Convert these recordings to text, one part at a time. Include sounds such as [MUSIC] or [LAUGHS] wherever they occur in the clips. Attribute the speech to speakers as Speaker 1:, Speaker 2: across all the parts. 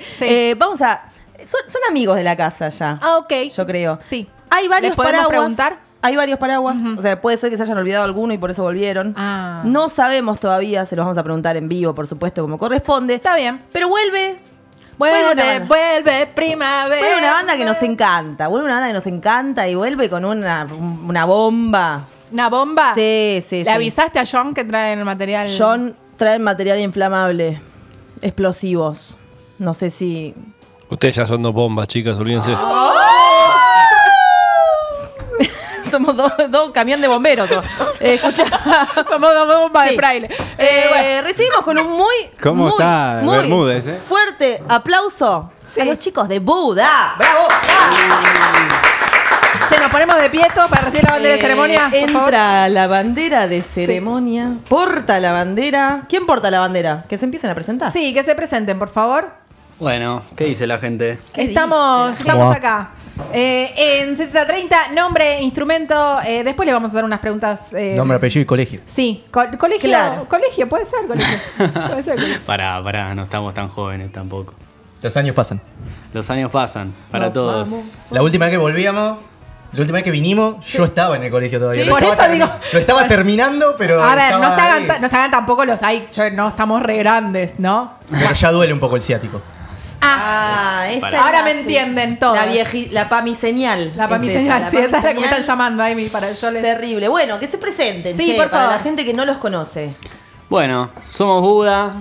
Speaker 1: Sí.
Speaker 2: Eh, vamos a. Son, son amigos de la casa ya.
Speaker 1: Ah, ok.
Speaker 2: Yo creo.
Speaker 1: Sí.
Speaker 2: Hay varios
Speaker 1: ¿Les podemos
Speaker 2: paraguas.
Speaker 1: preguntar?
Speaker 2: Hay varios paraguas. O sea, puede ser que se hayan olvidado alguno y por eso volvieron.
Speaker 1: Ah.
Speaker 2: No sabemos todavía, se los vamos a preguntar en vivo, por supuesto, como corresponde.
Speaker 1: Está bien.
Speaker 2: Pero vuelve.
Speaker 1: Vuelve,
Speaker 2: una
Speaker 1: vuelve,
Speaker 2: banda.
Speaker 1: primavera.
Speaker 2: Vuelve una banda que nos encanta. Vuelve una banda que nos encanta y vuelve con una, una bomba.
Speaker 1: ¿Una bomba?
Speaker 2: Sí, sí,
Speaker 1: ¿Le
Speaker 2: sí.
Speaker 1: avisaste a John que traen el material?
Speaker 2: John trae material inflamable, explosivos. No sé si. [LAUGHS]
Speaker 3: Ustedes ya son dos bombas, chicas, olvídense.
Speaker 2: Somos dos dos camión de
Speaker 1: [LAUGHS]
Speaker 2: bomberos. Eh, escuchá.
Speaker 1: [LAUGHS] Somos dos bombas
Speaker 2: Sí.
Speaker 1: de fraile.
Speaker 2: Eh,
Speaker 1: Eh, bueno.
Speaker 2: Recibimos con un muy,
Speaker 4: ¿Cómo
Speaker 2: muy,
Speaker 4: está
Speaker 2: muy
Speaker 4: Bermúdez, eh?
Speaker 2: fuerte aplauso a los chicos de Buda. ¡Bravo!
Speaker 1: Se nos ponemos de pie todos para recibir la bandera
Speaker 2: Eh,
Speaker 1: de ceremonia. por favor.
Speaker 2: entra la bandera de ceremonia. Porta la bandera. ¿Quién porta la bandera? Que se empiecen a presentar.
Speaker 1: Sí, que se presenten, por favor.
Speaker 5: Bueno, ¿qué dice la gente?
Speaker 2: ¿Qué
Speaker 1: Estamos,
Speaker 2: dice
Speaker 1: estamos
Speaker 4: Guau.
Speaker 1: acá. Eh, en 7030, nombre, instrumento. eh, después le vamos a hacer unas preguntas. eh,
Speaker 4: Nombre, apellido y colegio.
Speaker 1: Sí, co- colegio,
Speaker 2: Claro.
Speaker 1: colegio, puede ser
Speaker 4: [LAUGHS]
Speaker 1: colegio. Puede ser colegio.
Speaker 5: [LAUGHS] Pará, pará, no estamos tan jóvenes tampoco.
Speaker 4: Los años pasan.
Speaker 5: Los años pasan, para
Speaker 1: Nos
Speaker 5: todos.
Speaker 1: vamos.
Speaker 4: La última vez que volvíamos, la última vez que vinimos, yo estaba en el colegio todavía.
Speaker 1: Sí,
Speaker 4: Lo
Speaker 1: por
Speaker 4: estaba
Speaker 1: eso digo-
Speaker 4: termi- Lo estaba terminando, pero.
Speaker 1: A ver,
Speaker 4: estaba
Speaker 1: no se, hagan,
Speaker 4: ahí.
Speaker 1: ta- no se hagan tampoco los ay, che, no, estamos re grandes, ¿no?
Speaker 4: Pero ya duele un poco el ciático.
Speaker 1: Ah,
Speaker 2: Ah, esa
Speaker 5: Para.
Speaker 2: es
Speaker 1: Ahora
Speaker 2: la-
Speaker 1: me
Speaker 2: sí.
Speaker 1: entienden todos.
Speaker 2: La, vieji- la pamiseñal.
Speaker 1: la
Speaker 2: Es
Speaker 1: para mí
Speaker 2: esa,
Speaker 1: señal, sí, esa es la que me
Speaker 2: pamiseñal.
Speaker 1: están llamando, Amy, para yo les...
Speaker 2: Terrible. Bueno, que se presenten,
Speaker 1: Sí,
Speaker 2: che,
Speaker 1: por
Speaker 2: para
Speaker 1: favor.
Speaker 2: la gente que no los
Speaker 1: [LAUGHS]
Speaker 2: conoce.
Speaker 5: Bueno, somos Buda.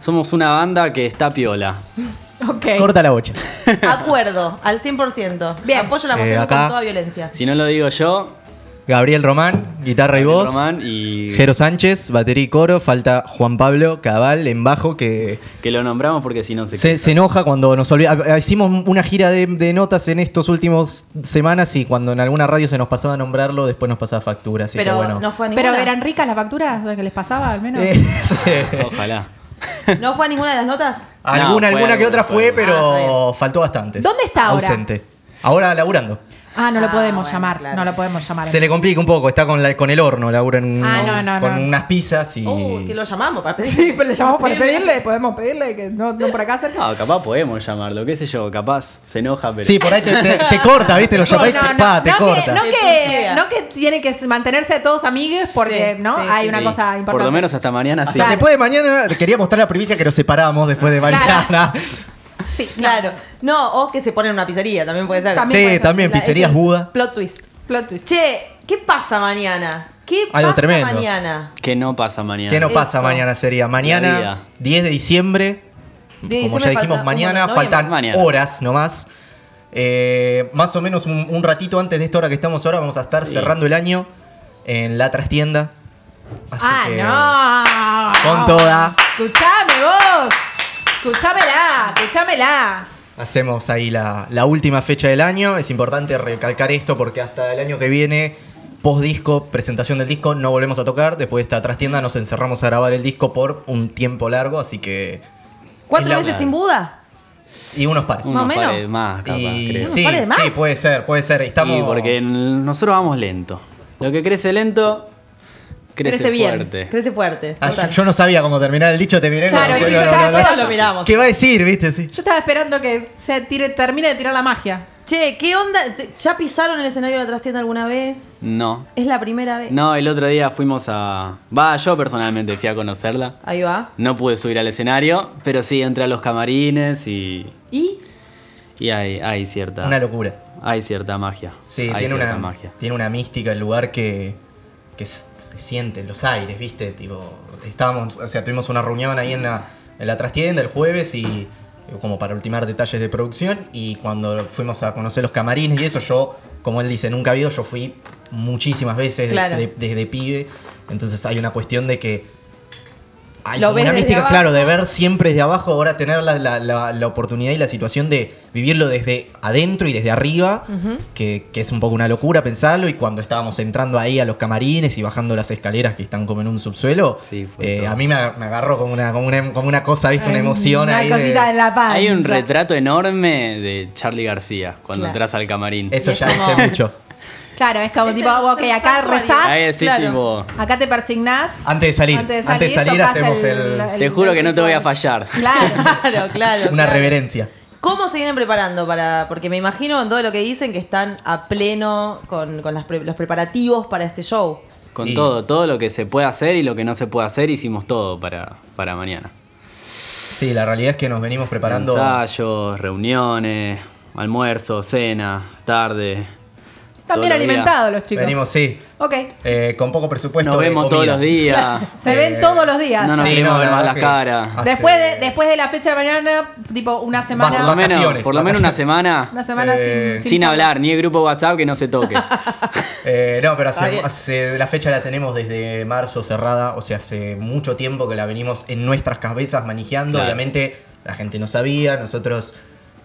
Speaker 5: Somos una banda que está piola.
Speaker 1: Ok.
Speaker 4: Corta la bocha.
Speaker 2: Acuerdo, al 100%.
Speaker 1: Bien.
Speaker 2: Apoyo la
Speaker 4: Eh,
Speaker 2: moción
Speaker 4: acá.
Speaker 2: con toda violencia.
Speaker 5: Si no lo digo yo,
Speaker 4: Gabriel Román, guitarra y
Speaker 5: Gabriel
Speaker 4: voz.
Speaker 5: Román y
Speaker 4: Jero Sánchez, batería y coro. Falta Juan Pablo Cabal en bajo que
Speaker 5: que lo nombramos porque si no se,
Speaker 4: se, se enoja cuando nos olvida. Hicimos una gira de, de notas en estos últimos semanas y cuando en alguna radio se nos pasaba a nombrarlo, después nos pasaba factura. Así
Speaker 2: pero
Speaker 4: que bueno.
Speaker 2: no fue a ninguna.
Speaker 1: Pero eran ricas las facturas que les pasaba, al menos.
Speaker 4: Eh, [LAUGHS] sí.
Speaker 5: [LAUGHS] Ojalá.
Speaker 2: [LAUGHS] ¿No fue a ninguna de las notas?
Speaker 5: No, fue
Speaker 4: Alguna, alguna que
Speaker 5: alguna,
Speaker 4: otra
Speaker 5: fue
Speaker 4: fue,
Speaker 5: alguna.
Speaker 2: Ah,
Speaker 4: pero faltó bastante.
Speaker 1: ¿Dónde está ahora?
Speaker 4: Ausente. Ahora laburando.
Speaker 1: Ah, no lo
Speaker 2: Ah,
Speaker 1: podemos
Speaker 2: bueno,
Speaker 1: llamar,
Speaker 2: claro.
Speaker 1: no lo podemos llamar.
Speaker 4: Se le complica un poco, está con, la- con el horno, labura en,
Speaker 1: Ah, no, no,
Speaker 4: con
Speaker 1: no. Uh,
Speaker 4: unas pizzas y...
Speaker 2: Uy, Oh, que lo llamamos para pedir.
Speaker 1: Sí, pero le llamamos
Speaker 2: [LAUGHS]
Speaker 1: para
Speaker 2: Pedirle.
Speaker 1: pedirle, podemos pedirle que no, no por acá cerca.
Speaker 5: No, capaz podemos llamarlo, qué sé yo, capaz se enoja, pero.
Speaker 4: Sí, por ahí te, te- te corta, ¿viste? [LAUGHS] Lo llamáis, pa,
Speaker 1: [LAUGHS]
Speaker 4: te
Speaker 1: no
Speaker 4: corta.
Speaker 1: Que, no,
Speaker 2: Te
Speaker 1: que,
Speaker 2: putea.
Speaker 1: no que tiene que mantenerse todos amigues porque
Speaker 2: Sí,
Speaker 1: no
Speaker 2: sí,
Speaker 1: hay
Speaker 2: sí,
Speaker 1: una
Speaker 5: Sí,
Speaker 1: cosa importante.
Speaker 5: Por lo menos hasta mañana sí.
Speaker 4: Hasta después de mañana quería mostrar la primicia que nos separamos después de mañana.
Speaker 1: Sí, claro.
Speaker 2: Claro. No, o que se ponen en una pizzería, también puede ser.
Speaker 1: También puede
Speaker 4: sí,
Speaker 1: ser.
Speaker 4: también,
Speaker 2: La-
Speaker 4: pizzerías
Speaker 2: es el
Speaker 4: Buda.
Speaker 2: Plot twist.
Speaker 1: Plot twist.
Speaker 2: Che, ¿qué pasa mañana? ¿Qué
Speaker 4: Algo
Speaker 2: pasa
Speaker 4: tremendo.
Speaker 2: mañana?
Speaker 5: Que no pasa mañana.
Speaker 4: ¿Qué no
Speaker 2: Eso.
Speaker 4: pasa mañana sería?
Speaker 5: La
Speaker 4: Mañana,
Speaker 5: vida.
Speaker 4: 10 de diciembre.
Speaker 2: 10 de
Speaker 4: como
Speaker 2: diciembre
Speaker 4: ya dijimos,
Speaker 2: falta un
Speaker 4: mañana
Speaker 2: montón,
Speaker 4: faltan
Speaker 5: bien. Mañana.
Speaker 4: horas nomás. Eh, más o menos un, un ratito antes de esta hora que estamos ahora, vamos a estar
Speaker 5: Sí.
Speaker 4: cerrando el año en la trastienda. Así que-
Speaker 1: ah, no.
Speaker 4: Con toda.
Speaker 1: Escuchame vos. Escuchámela, escuchámela.
Speaker 4: Hacemos ahí la, la última fecha del año. Es importante recalcar esto porque hasta el año que viene, post disco, presentación del disco, no volvemos a tocar. Después de esta trastienda nos encerramos a grabar el disco por un tiempo largo, así que.
Speaker 2: ¿Cuatro
Speaker 4: Es la-
Speaker 2: meses sin Buda?
Speaker 4: Y unos pares.
Speaker 2: Más
Speaker 5: Unos
Speaker 2: o menos.
Speaker 5: pares más, capaz,
Speaker 4: Y-
Speaker 5: creo.
Speaker 4: sí,
Speaker 2: pares más?
Speaker 4: sí, puede ser, puede ser. Estamos.
Speaker 5: Y porque n- nosotros vamos lento. Lo que crece lento, crece,
Speaker 2: bien.
Speaker 5: fuerte.
Speaker 2: Crece fuerte.
Speaker 4: Ah, yo,
Speaker 2: total.
Speaker 4: yo no sabía cómo terminar el dicho, te miré
Speaker 1: Claro,
Speaker 4: como-
Speaker 1: sí, yo estaba-
Speaker 2: todos lo miramos.
Speaker 4: ¿Qué va a decir, viste? Sí.
Speaker 1: Yo estaba esperando que se tire, termine de tirar la magia.
Speaker 2: Che, ¿qué onda? ¿Ya pisaron el escenario de la trastienda alguna vez?
Speaker 5: No.
Speaker 2: Es la primera vez.
Speaker 5: No, el otro día fuimos a. Va, yo personalmente fui a conocerla.
Speaker 2: Ahí va.
Speaker 5: No pude subir al escenario, pero sí entré a los camarines y.
Speaker 4: [LAUGHS]
Speaker 2: ¿Y?
Speaker 5: Y hay, hay cierta.
Speaker 4: Una locura.
Speaker 5: Hay cierta magia.
Speaker 4: Sí,
Speaker 5: hay
Speaker 4: tiene
Speaker 5: cierta
Speaker 4: una,
Speaker 5: magia.
Speaker 4: tiene una mística el lugar que, que s- se siente en los aires, ¿viste? Tipo, estábamos, o sea, tuvimos una reunión ahí en la, en la trastienda el jueves y eh, como para ultimar detalles de producción y cuando fuimos a conocer los camarines y eso yo, como él dice, nunca ha habido, yo fui muchísimas veces de-
Speaker 2: Claro.
Speaker 4: de- desde pibe, entonces hay una cuestión de que hay
Speaker 2: Lo
Speaker 4: como
Speaker 2: ves
Speaker 4: una
Speaker 2: desde
Speaker 4: mística,
Speaker 2: abajo.
Speaker 4: claro, de ver siempre desde abajo, ahora tener la, la- la- la oportunidad y la situación de vivirlo desde adentro y desde arriba, que, que es un poco una locura pensarlo, y cuando estábamos entrando ahí a los camarines y bajando las escaleras que están como en un subsuelo,
Speaker 5: Sí, fue
Speaker 4: eh,
Speaker 5: todo.
Speaker 4: a mí me, aga- me agarró como una, como, una, como una cosa, ¿viste? Una emoción
Speaker 1: Una
Speaker 4: ahí. de-
Speaker 1: cosita en la panza.
Speaker 5: Hay un retrato enorme de Charlie García cuando
Speaker 2: Claro.
Speaker 5: entras al camarín.
Speaker 4: Eso
Speaker 2: Y es
Speaker 4: ya
Speaker 2: como-
Speaker 4: dice mucho.
Speaker 1: Claro, es como
Speaker 2: Es
Speaker 1: tipo,
Speaker 2: el-
Speaker 1: ok,
Speaker 2: el
Speaker 1: acá
Speaker 2: santuario.
Speaker 6: Ahí
Speaker 1: rezás,
Speaker 6: decís,
Speaker 2: claro.
Speaker 6: tipo,
Speaker 1: acá te persignás.
Speaker 4: Antes de salir, antes de salir,
Speaker 1: tocás
Speaker 4: hacemos el-
Speaker 6: te juro que no te voy a fallar. [LAUGHS]
Speaker 1: Claro.
Speaker 2: Claro, claro.
Speaker 4: una
Speaker 2: claro.
Speaker 4: reverencia.
Speaker 2: ¿Cómo se vienen preparando para.? Porque me imagino en todo lo que dicen que están a pleno con, con las pre- los preparativos para este show.
Speaker 6: Con
Speaker 4: Y-
Speaker 6: todo, todo lo que se puede hacer y lo que no se puede hacer, hicimos todo para, para mañana.
Speaker 4: Sí, la realidad es que nos venimos preparando.
Speaker 6: Ensayos, reuniones, almuerzo, cena, tarde.
Speaker 1: Están bien
Speaker 6: Todos los días.
Speaker 1: alimentados los chicos.
Speaker 4: Venimos, sí,
Speaker 1: Ok.
Speaker 4: eh, con poco presupuesto.
Speaker 6: Nos
Speaker 4: de
Speaker 6: vemos todos
Speaker 4: comida.
Speaker 6: los [LAUGHS] días.
Speaker 1: Se
Speaker 4: Eh,
Speaker 1: ven todos los días.
Speaker 6: no, no, queremos ver
Speaker 4: la
Speaker 6: más
Speaker 4: verdad
Speaker 6: las
Speaker 4: que
Speaker 6: caras.
Speaker 4: hace-
Speaker 1: Después, de, después de la fecha de mañana, tipo una semana.
Speaker 6: Por lo menos,
Speaker 4: Vacaciones,
Speaker 6: por lo menos una
Speaker 4: vacaciones.
Speaker 6: semana.
Speaker 1: Una semana
Speaker 4: Eh,
Speaker 1: sin,
Speaker 6: sin hablar, ni el grupo WhatsApp que no se toque. [LAUGHS]
Speaker 4: Eh, no, pero hace-
Speaker 2: Está bien.
Speaker 4: hace- la fecha la tenemos desde marzo cerrada, o sea, hace mucho tiempo que la venimos en nuestras cabezas manejando.
Speaker 6: Claro.
Speaker 4: Obviamente la gente no sabía, nosotros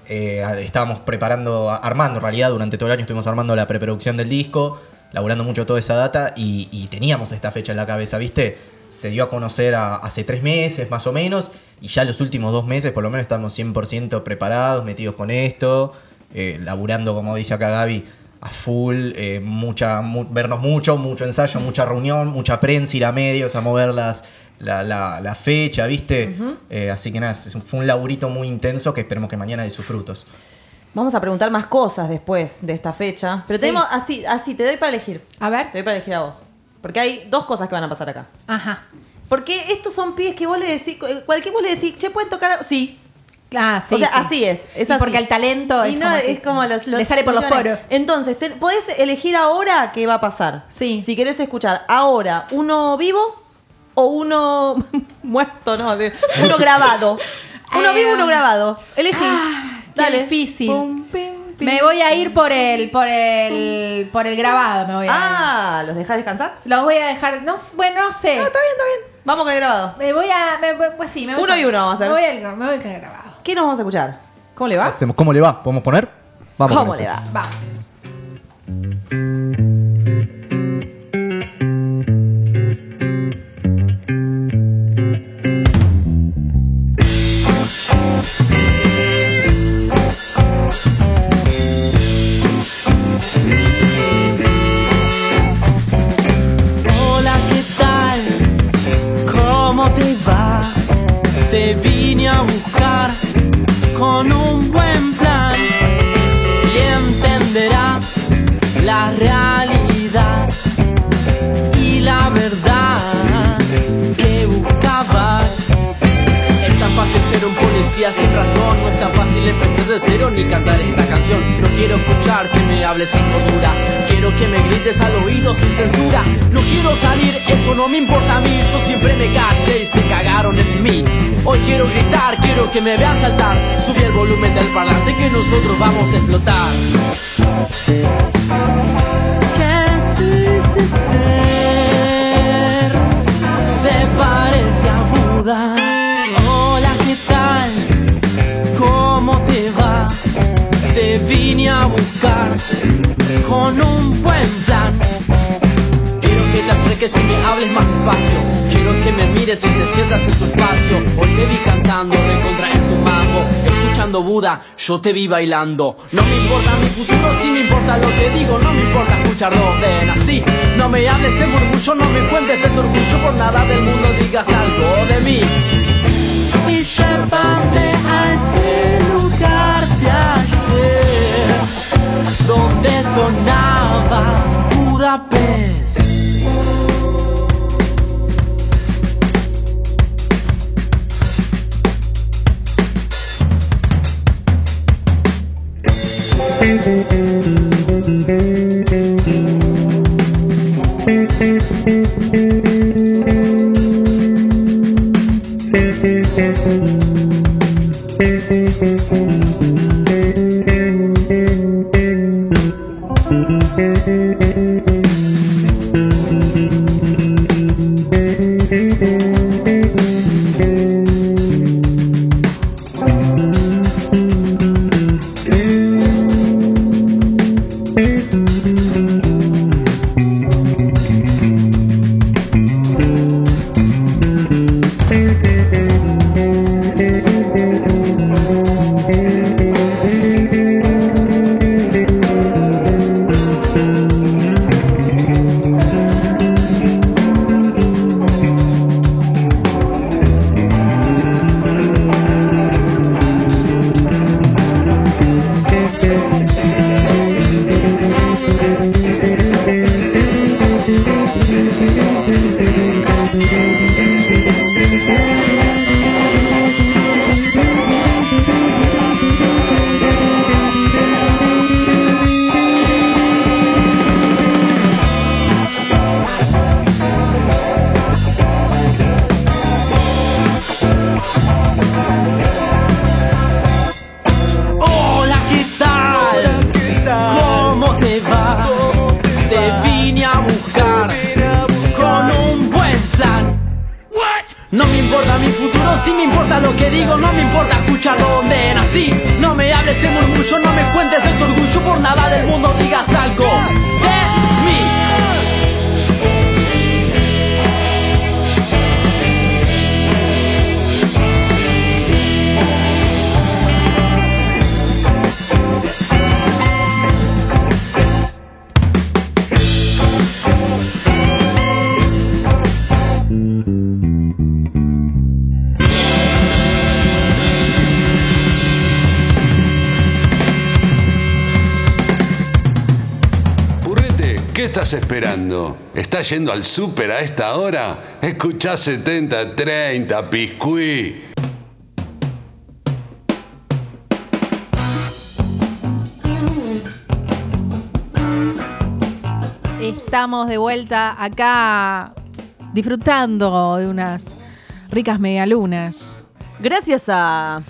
Speaker 4: eh, estábamos preparando, armando en realidad, durante todo el año estuvimos armando la preproducción del disco, laburando mucho toda esa data y, y teníamos esta fecha en la cabeza, ¿viste? Se dio a conocer a- hace tres meses más o menos y ya los últimos dos meses por lo menos estamos 100% preparados, metidos con esto, eh, laburando, como dice acá Gaby, a full, eh, mucha, mu- vernos mucho, mucho ensayo, mucha reunión, mucha prensa, ir a medios, a mover las, la, la- la fecha, ¿viste? Eh, así que nada, es un- fue un laburito muy intenso que esperemos que mañana dé sus frutos.
Speaker 2: Vamos a preguntar más cosas después de esta fecha. Pero
Speaker 1: Sí.
Speaker 2: tenemos. ah, Así, así, te doy para elegir.
Speaker 1: A ver.
Speaker 2: Te doy para elegir a vos. Porque hay dos cosas que van a pasar acá.
Speaker 1: Ajá.
Speaker 2: Porque estos son pies que vos le decís. Cualquier vos le decís, che, pueden tocar. algo?". Sí,
Speaker 1: Ah, sí,
Speaker 2: o sea,
Speaker 1: sí.
Speaker 2: así es. es
Speaker 1: Y
Speaker 2: así.
Speaker 1: Porque el talento
Speaker 2: Y
Speaker 1: es,
Speaker 2: no,
Speaker 1: como así.
Speaker 2: es como los, los-
Speaker 1: Le sale por los
Speaker 2: millones.
Speaker 1: poros.
Speaker 2: Entonces, te- podés elegir ahora qué va a pasar.
Speaker 1: Sí.
Speaker 2: Si querés escuchar ahora uno vivo o uno [LAUGHS] muerto, no, de- uno
Speaker 1: [LAUGHS]
Speaker 2: grabado. uno
Speaker 1: Eh,
Speaker 2: vivo, uno grabado. Elegí.
Speaker 1: Ah, qué
Speaker 2: Dale.
Speaker 1: difícil.
Speaker 2: Pum, pim, pim.
Speaker 1: Me voy a ir por el, por el, por el grabado. Me voy a
Speaker 2: Ah, ¿los dejás descansar?
Speaker 1: Los voy a dejar. No, s- bueno, no sé.
Speaker 2: No, está bien, está bien. Vamos con el grabado.
Speaker 1: Me voy a. me voy- pues sí, me voy
Speaker 2: Uno
Speaker 1: con-
Speaker 2: y uno vamos a hacer.
Speaker 1: Me voy, al, me voy con el grabado.
Speaker 2: ¿Qué nos vamos a escuchar? ¿Cómo le va?
Speaker 4: Hacemos- ¿Cómo le va? ¿Podemos poner? Vamos
Speaker 2: ¿Cómo
Speaker 4: con
Speaker 2: le
Speaker 4: eso.
Speaker 2: va?
Speaker 1: Vamos.
Speaker 5: Hola, ¿qué tal? ¿Cómo te va? Te vine a buscar con un buen plan y entenderás la realidad y la verdad que buscabas. Es tan fácil ser un policía sin razón, no es tan fácil empezar de cero ni cantar esta canción. No quiero escuchar que me hables sin cordura, quiero que me grites al oído sin censura. No quiero salir, eso no me importa a mí, yo siempre me callé y se cagaron en mí. Hoy quiero gritar, quiero que me vean saltar, subí el volumen del parlante que nosotros vamos a explotar. Que ser se parece a Buda. Hola, ¿qué tal? ¿Cómo te va? Te vine a buscar con un buen plan. Quiero que te acerques y me hables más despacio. Quiero que me mires y te sientas en tu espacio. Hoy te vi cantando, me contraes tu mambo. Escuchando Buda, yo te vi bailando. No me importa mi futuro, sí me importa lo que digo. No me importa escuchar los ven así. No me hables en murmullo, no me cuentes de tu orgullo. Por nada del mundo digas algo de mí. Y llévame a ese lugar de ayer donde sonaba Budapest.
Speaker 7: importa lo que digo, no me importa escucharlo donde nací. No me hables en murmullo, no me cuentes de tu orgullo, por nada del mundo digas algo de mí.
Speaker 8: Purrete, ¿qué estás esperando? ¿Estás yendo al súper a esta hora? Escuchá 7030, Piscuí.
Speaker 1: Estamos de vuelta acá disfrutando de unas ricas medialunas.
Speaker 2: Gracias a.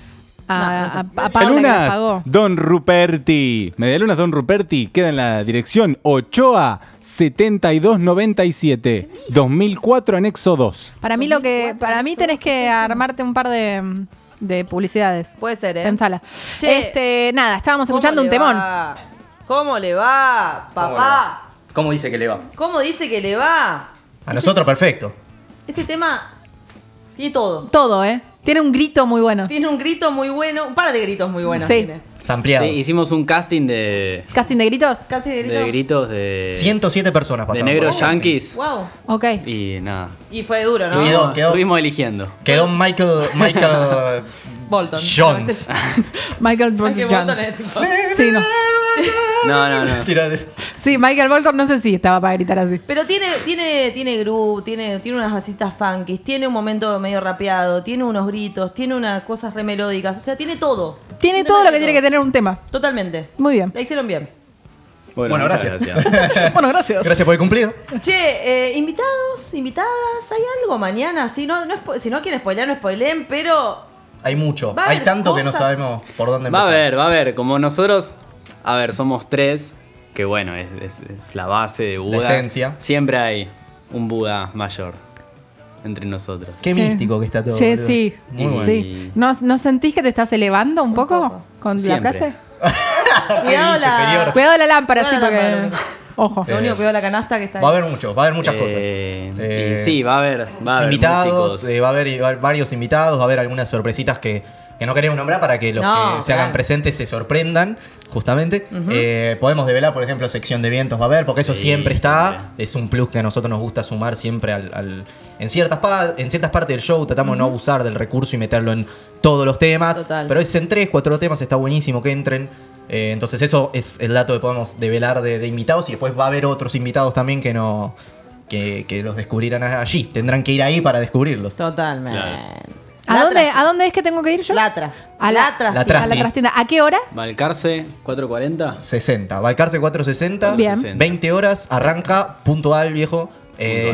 Speaker 1: A,
Speaker 2: No, no sé.
Speaker 1: a- a Paula que las pagó.
Speaker 9: Medialunas Don Ruperti. Medialunas Don Ruperti queda en la dirección Ochoa 7297, 2004 anexo 2.
Speaker 1: Para mí lo que para mí tenés que armarte un par de, de publicidades.
Speaker 2: Puede ser, ¿eh?
Speaker 1: Pensala.
Speaker 2: Che.
Speaker 1: este, nada, estábamos
Speaker 2: ¿Cómo
Speaker 1: escuchando un
Speaker 2: le
Speaker 1: temón.
Speaker 2: va? ¿Cómo le va,
Speaker 4: ¿Cómo
Speaker 2: papá?
Speaker 4: le va? ¿Cómo dice que le va?
Speaker 2: ¿Cómo, dice que le va?
Speaker 4: A nosotros perfecto.
Speaker 2: Ese tema tiene todo.
Speaker 1: Todo, ¿eh? Tiene un grito muy bueno.
Speaker 2: Tiene un grito muy bueno, un par de gritos muy buenos.
Speaker 1: Sí.
Speaker 2: tiene.
Speaker 4: Sampleado.
Speaker 5: Sí, hicimos un casting de,
Speaker 1: Casting de gritos.
Speaker 2: Casi de grito.
Speaker 5: de gritos de,
Speaker 4: 107 personas
Speaker 5: de
Speaker 4: pasaron.
Speaker 5: negros
Speaker 4: por-
Speaker 5: yankees.
Speaker 2: Wow.
Speaker 1: Ok.
Speaker 5: Y nada.
Speaker 2: Y fue duro, ¿no?
Speaker 4: Quedó,
Speaker 5: Estuvimos-
Speaker 4: quedó.
Speaker 5: Estuvimos eligiendo.
Speaker 4: Quedó Michael,
Speaker 5: [LAUGHS]
Speaker 4: Michael
Speaker 2: Bolton.
Speaker 4: Jones.
Speaker 1: Michael Bolton.
Speaker 2: Michael Bolton es tipo-
Speaker 1: Sí, no.
Speaker 5: No, no,
Speaker 4: [LAUGHS]
Speaker 5: no.
Speaker 4: Tírate.
Speaker 1: Sí, Michael Bolton no sé si estaba para gritar así.
Speaker 2: [LAUGHS] Pero tiene, tiene, tiene groove, tiene, tiene unas basitas funky, tiene un momento medio rapeado, tiene unos gritos, tiene unas cosas re melódicas, o sea, tiene todo.
Speaker 1: Tiene todo lo que tiene que tener un tema.
Speaker 2: Totalmente. [LAUGHS]
Speaker 1: Muy bien.
Speaker 2: La hicieron bien.
Speaker 4: Bueno,
Speaker 5: muchas
Speaker 4: gracias.
Speaker 1: Bueno, gracias.
Speaker 4: Gracias por el cumplido.
Speaker 2: Che, eh, invitados, invitadas, ¿hay algo mañana? Si no, no spo- si no quieren spoilear, no spoileen, pero
Speaker 4: Hay mucho.
Speaker 2: Va a
Speaker 4: Hay
Speaker 2: haber
Speaker 4: tanto que no
Speaker 2: cosas.
Speaker 4: sabemos por dónde
Speaker 5: Va a
Speaker 4: empezar.
Speaker 5: ver, va a ver. Como nosotros, a ver, somos tres, que bueno, es, es- es la base de Buda.
Speaker 4: esencia.
Speaker 5: Siempre hay un Buda mayor entre nosotros.
Speaker 4: Qué
Speaker 1: Che.
Speaker 4: místico que está todo.
Speaker 1: Che,
Speaker 4: boludo.
Speaker 1: sí.
Speaker 5: Muy bueno.
Speaker 1: sí. ¿No, no sentís que te estás elevando un, poco,
Speaker 2: poco.
Speaker 1: con la
Speaker 5: Siempre.
Speaker 1: frase?
Speaker 2: cuidado
Speaker 4: dice,
Speaker 2: la.
Speaker 4: señor?
Speaker 1: Cuidado la lámpara, sí,
Speaker 2: Cuidado la
Speaker 1: porque.
Speaker 2: lámpara.
Speaker 1: Ojo.
Speaker 2: Lo único que veo la canasta que está
Speaker 4: Va a
Speaker 2: ahí.
Speaker 4: haber mucho, va a haber muchas cosas.
Speaker 5: Eh, y
Speaker 4: Eh,
Speaker 5: sí, va a haber, va a haber
Speaker 4: invitados,
Speaker 5: músicos.
Speaker 4: eh, va a haber va a haber varios invitados, va a haber algunas sorpresitas que, que no queremos nombrar para que los
Speaker 2: No,
Speaker 4: que se hagan
Speaker 2: claro.
Speaker 4: presentes se sorprendan, justamente. Eh, podemos develar, por ejemplo, sección de vientos va a haber, porque eso
Speaker 5: Sí,
Speaker 4: siempre está.
Speaker 5: siempre.
Speaker 4: Es un plus que a nosotros nos gusta sumar siempre al. al- en, ciertas pa- en ciertas partes del show tratamos de no abusar del recurso y meterlo en todos los temas.
Speaker 2: Total.
Speaker 4: Pero es Pues en tres, cuatro temas, está buenísimo que entren. Eh, entonces eso es el dato que podemos develar de, de invitados y después va a haber otros invitados también que no que, que los descubrirán allí. Tendrán que ir ahí para descubrirlos.
Speaker 2: Totalmente.
Speaker 5: Claro.
Speaker 1: ¿A
Speaker 2: Latras.
Speaker 1: dónde, ¿A dónde es que tengo que ir yo?
Speaker 2: Latras.
Speaker 1: A la,
Speaker 2: Latras.
Speaker 4: La
Speaker 1: a la
Speaker 4: Trasti.
Speaker 1: trastienda. ¿A qué hora?
Speaker 5: Balcarce, 440.
Speaker 4: 60. Balcarce 460.
Speaker 1: Bien.
Speaker 4: 20 horas. Arranca. Puntual, viejo. Eh,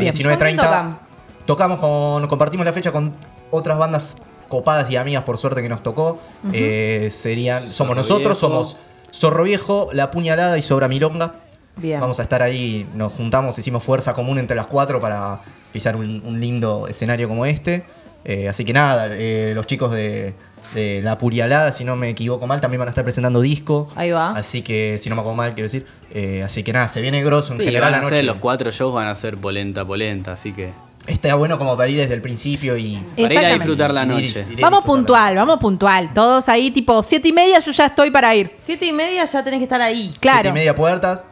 Speaker 5: Puntual.
Speaker 1: Bien.
Speaker 4: 19.30.
Speaker 2: ¿Con quién tocan?
Speaker 4: Tocamos con. Compartimos la fecha con otras bandas copadas y amigas, por suerte, que nos tocó. Eh, serían.
Speaker 5: Zorro
Speaker 4: somos nosotros,
Speaker 5: Viejo.
Speaker 4: somos Zorro Viejo, La Puñalada y Sobra Milonga.
Speaker 2: Bien.
Speaker 4: Vamos a estar ahí, nos juntamos, hicimos fuerza común entre las cuatro para pisar un, un lindo escenario como este. Eh, así que nada, eh, los chicos de, de La Purialada, si no me equivoco mal, también van a estar presentando disco.
Speaker 2: Ahí va.
Speaker 4: Así que, si no me acuerdo mal, quiero decir. Eh, así que nada, se viene grosso en
Speaker 5: Sí, van
Speaker 4: general la
Speaker 5: a ser
Speaker 4: noche.
Speaker 5: los cuatro shows, van a ser polenta, polenta, así que
Speaker 4: Está bueno como para ir desde el principio y...
Speaker 5: para ir a
Speaker 1: Exactamente.
Speaker 5: disfrutar la
Speaker 4: Ir-
Speaker 5: noche.
Speaker 4: ir-
Speaker 1: Vamos
Speaker 4: disfrutar.
Speaker 1: puntual, vamos puntual. Todos ahí, tipo, siete y media, yo ya estoy para ir.
Speaker 2: Siete y media ya tenés que estar ahí.
Speaker 4: Siete
Speaker 1: Claro.
Speaker 4: y media puertas,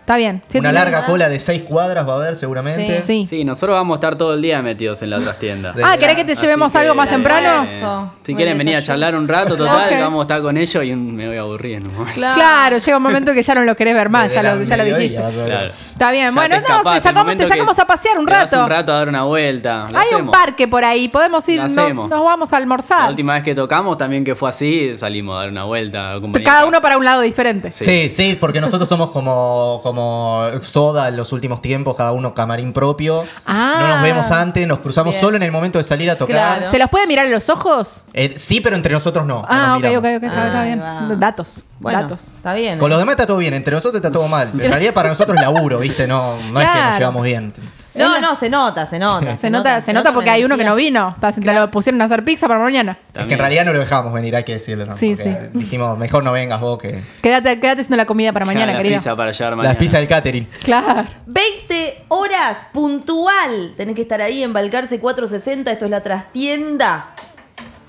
Speaker 1: Está bien. Siete
Speaker 4: una
Speaker 1: y media.
Speaker 4: larga cola de seis cuadras va a haber seguramente.
Speaker 2: Sí.
Speaker 1: Sí.
Speaker 5: Sí, nosotros vamos a estar todo el día metidos en la trastienda.
Speaker 4: [LAUGHS] De-
Speaker 1: Ah, ¿querés que te
Speaker 5: Así
Speaker 1: llevemos
Speaker 5: que,
Speaker 1: algo más
Speaker 5: eh,
Speaker 1: temprano?
Speaker 5: Si
Speaker 2: Buen
Speaker 5: quieren venir a
Speaker 2: desayuno.
Speaker 5: charlar un rato, total,
Speaker 1: Ok.
Speaker 5: vamos a estar con ellos y un- me voy a aburrir en un momento.
Speaker 1: Claro. llega un momento que ya no lo querés ver más,
Speaker 4: Desde
Speaker 1: ya
Speaker 4: la
Speaker 1: lo, ya lo
Speaker 4: mediodía
Speaker 1: dijiste.
Speaker 4: vas a ver.
Speaker 5: Claro.
Speaker 1: Está bien,
Speaker 5: Ya
Speaker 1: bueno, no,
Speaker 5: escapás,
Speaker 1: te sacamos,
Speaker 5: el
Speaker 1: te
Speaker 5: momento que
Speaker 1: sacamos a pasear un
Speaker 5: te vas
Speaker 1: rato.
Speaker 5: un rato a dar una vuelta. lo
Speaker 1: Hay un
Speaker 5: hacemos.
Speaker 1: parque por ahí, podemos ir,
Speaker 5: Lo
Speaker 1: no-
Speaker 5: hacemos.
Speaker 1: nos vamos a
Speaker 5: La
Speaker 1: almorzar.
Speaker 5: última vez que tocamos también que fue así, salimos a dar una vuelta. acompañar-
Speaker 1: Cada
Speaker 10: [LAUGHS]
Speaker 1: uno para un lado diferente.
Speaker 4: Sí, sí, porque nosotros somos como, como soda en los últimos tiempos, cada uno camarín propio.
Speaker 1: Ah.
Speaker 4: No nos vemos antes, nos cruzamos
Speaker 2: Bien.
Speaker 4: solo en el momento de salir a tocar.
Speaker 2: Claro.
Speaker 1: ¿Se los puede mirar en los ojos?
Speaker 4: Eh, sí, pero entre nosotros no. no
Speaker 1: Ah,
Speaker 4: nos
Speaker 1: ok, ok, ok,
Speaker 4: miramos.
Speaker 1: está, bien, está
Speaker 2: Ahí
Speaker 1: bien.
Speaker 2: va.
Speaker 1: Datos,
Speaker 2: Bueno,
Speaker 1: datos.
Speaker 2: Está bien.
Speaker 4: Con los demás está todo bien, entre nosotros está todo mal. En realidad para nosotros es laburo, ¿viste? No, no es que
Speaker 1: Claro.
Speaker 4: nos llevamos bien.
Speaker 2: No, no, se nota, se nota.
Speaker 1: Se nota, se nota porque
Speaker 2: la
Speaker 1: hay uno que
Speaker 2: energía.
Speaker 1: no vino. Está- Te lo pusieron a hacer pizza para mañana.
Speaker 4: Es que en realidad no lo dejamos venir, hay que decirlo. ¿no?
Speaker 1: Sí,
Speaker 4: Porque
Speaker 1: sí.
Speaker 4: Dijimos, mejor no vengas vos que...
Speaker 1: Quédate, quédate haciendo la comida para mañana,
Speaker 10: la
Speaker 1: querido.
Speaker 10: pizza para llevar mañana.
Speaker 4: Las pizzas del catering.
Speaker 1: Claro.
Speaker 2: 20 horas puntual. Tenés que estar ahí en Balcarce 460. Esto es la trastienda.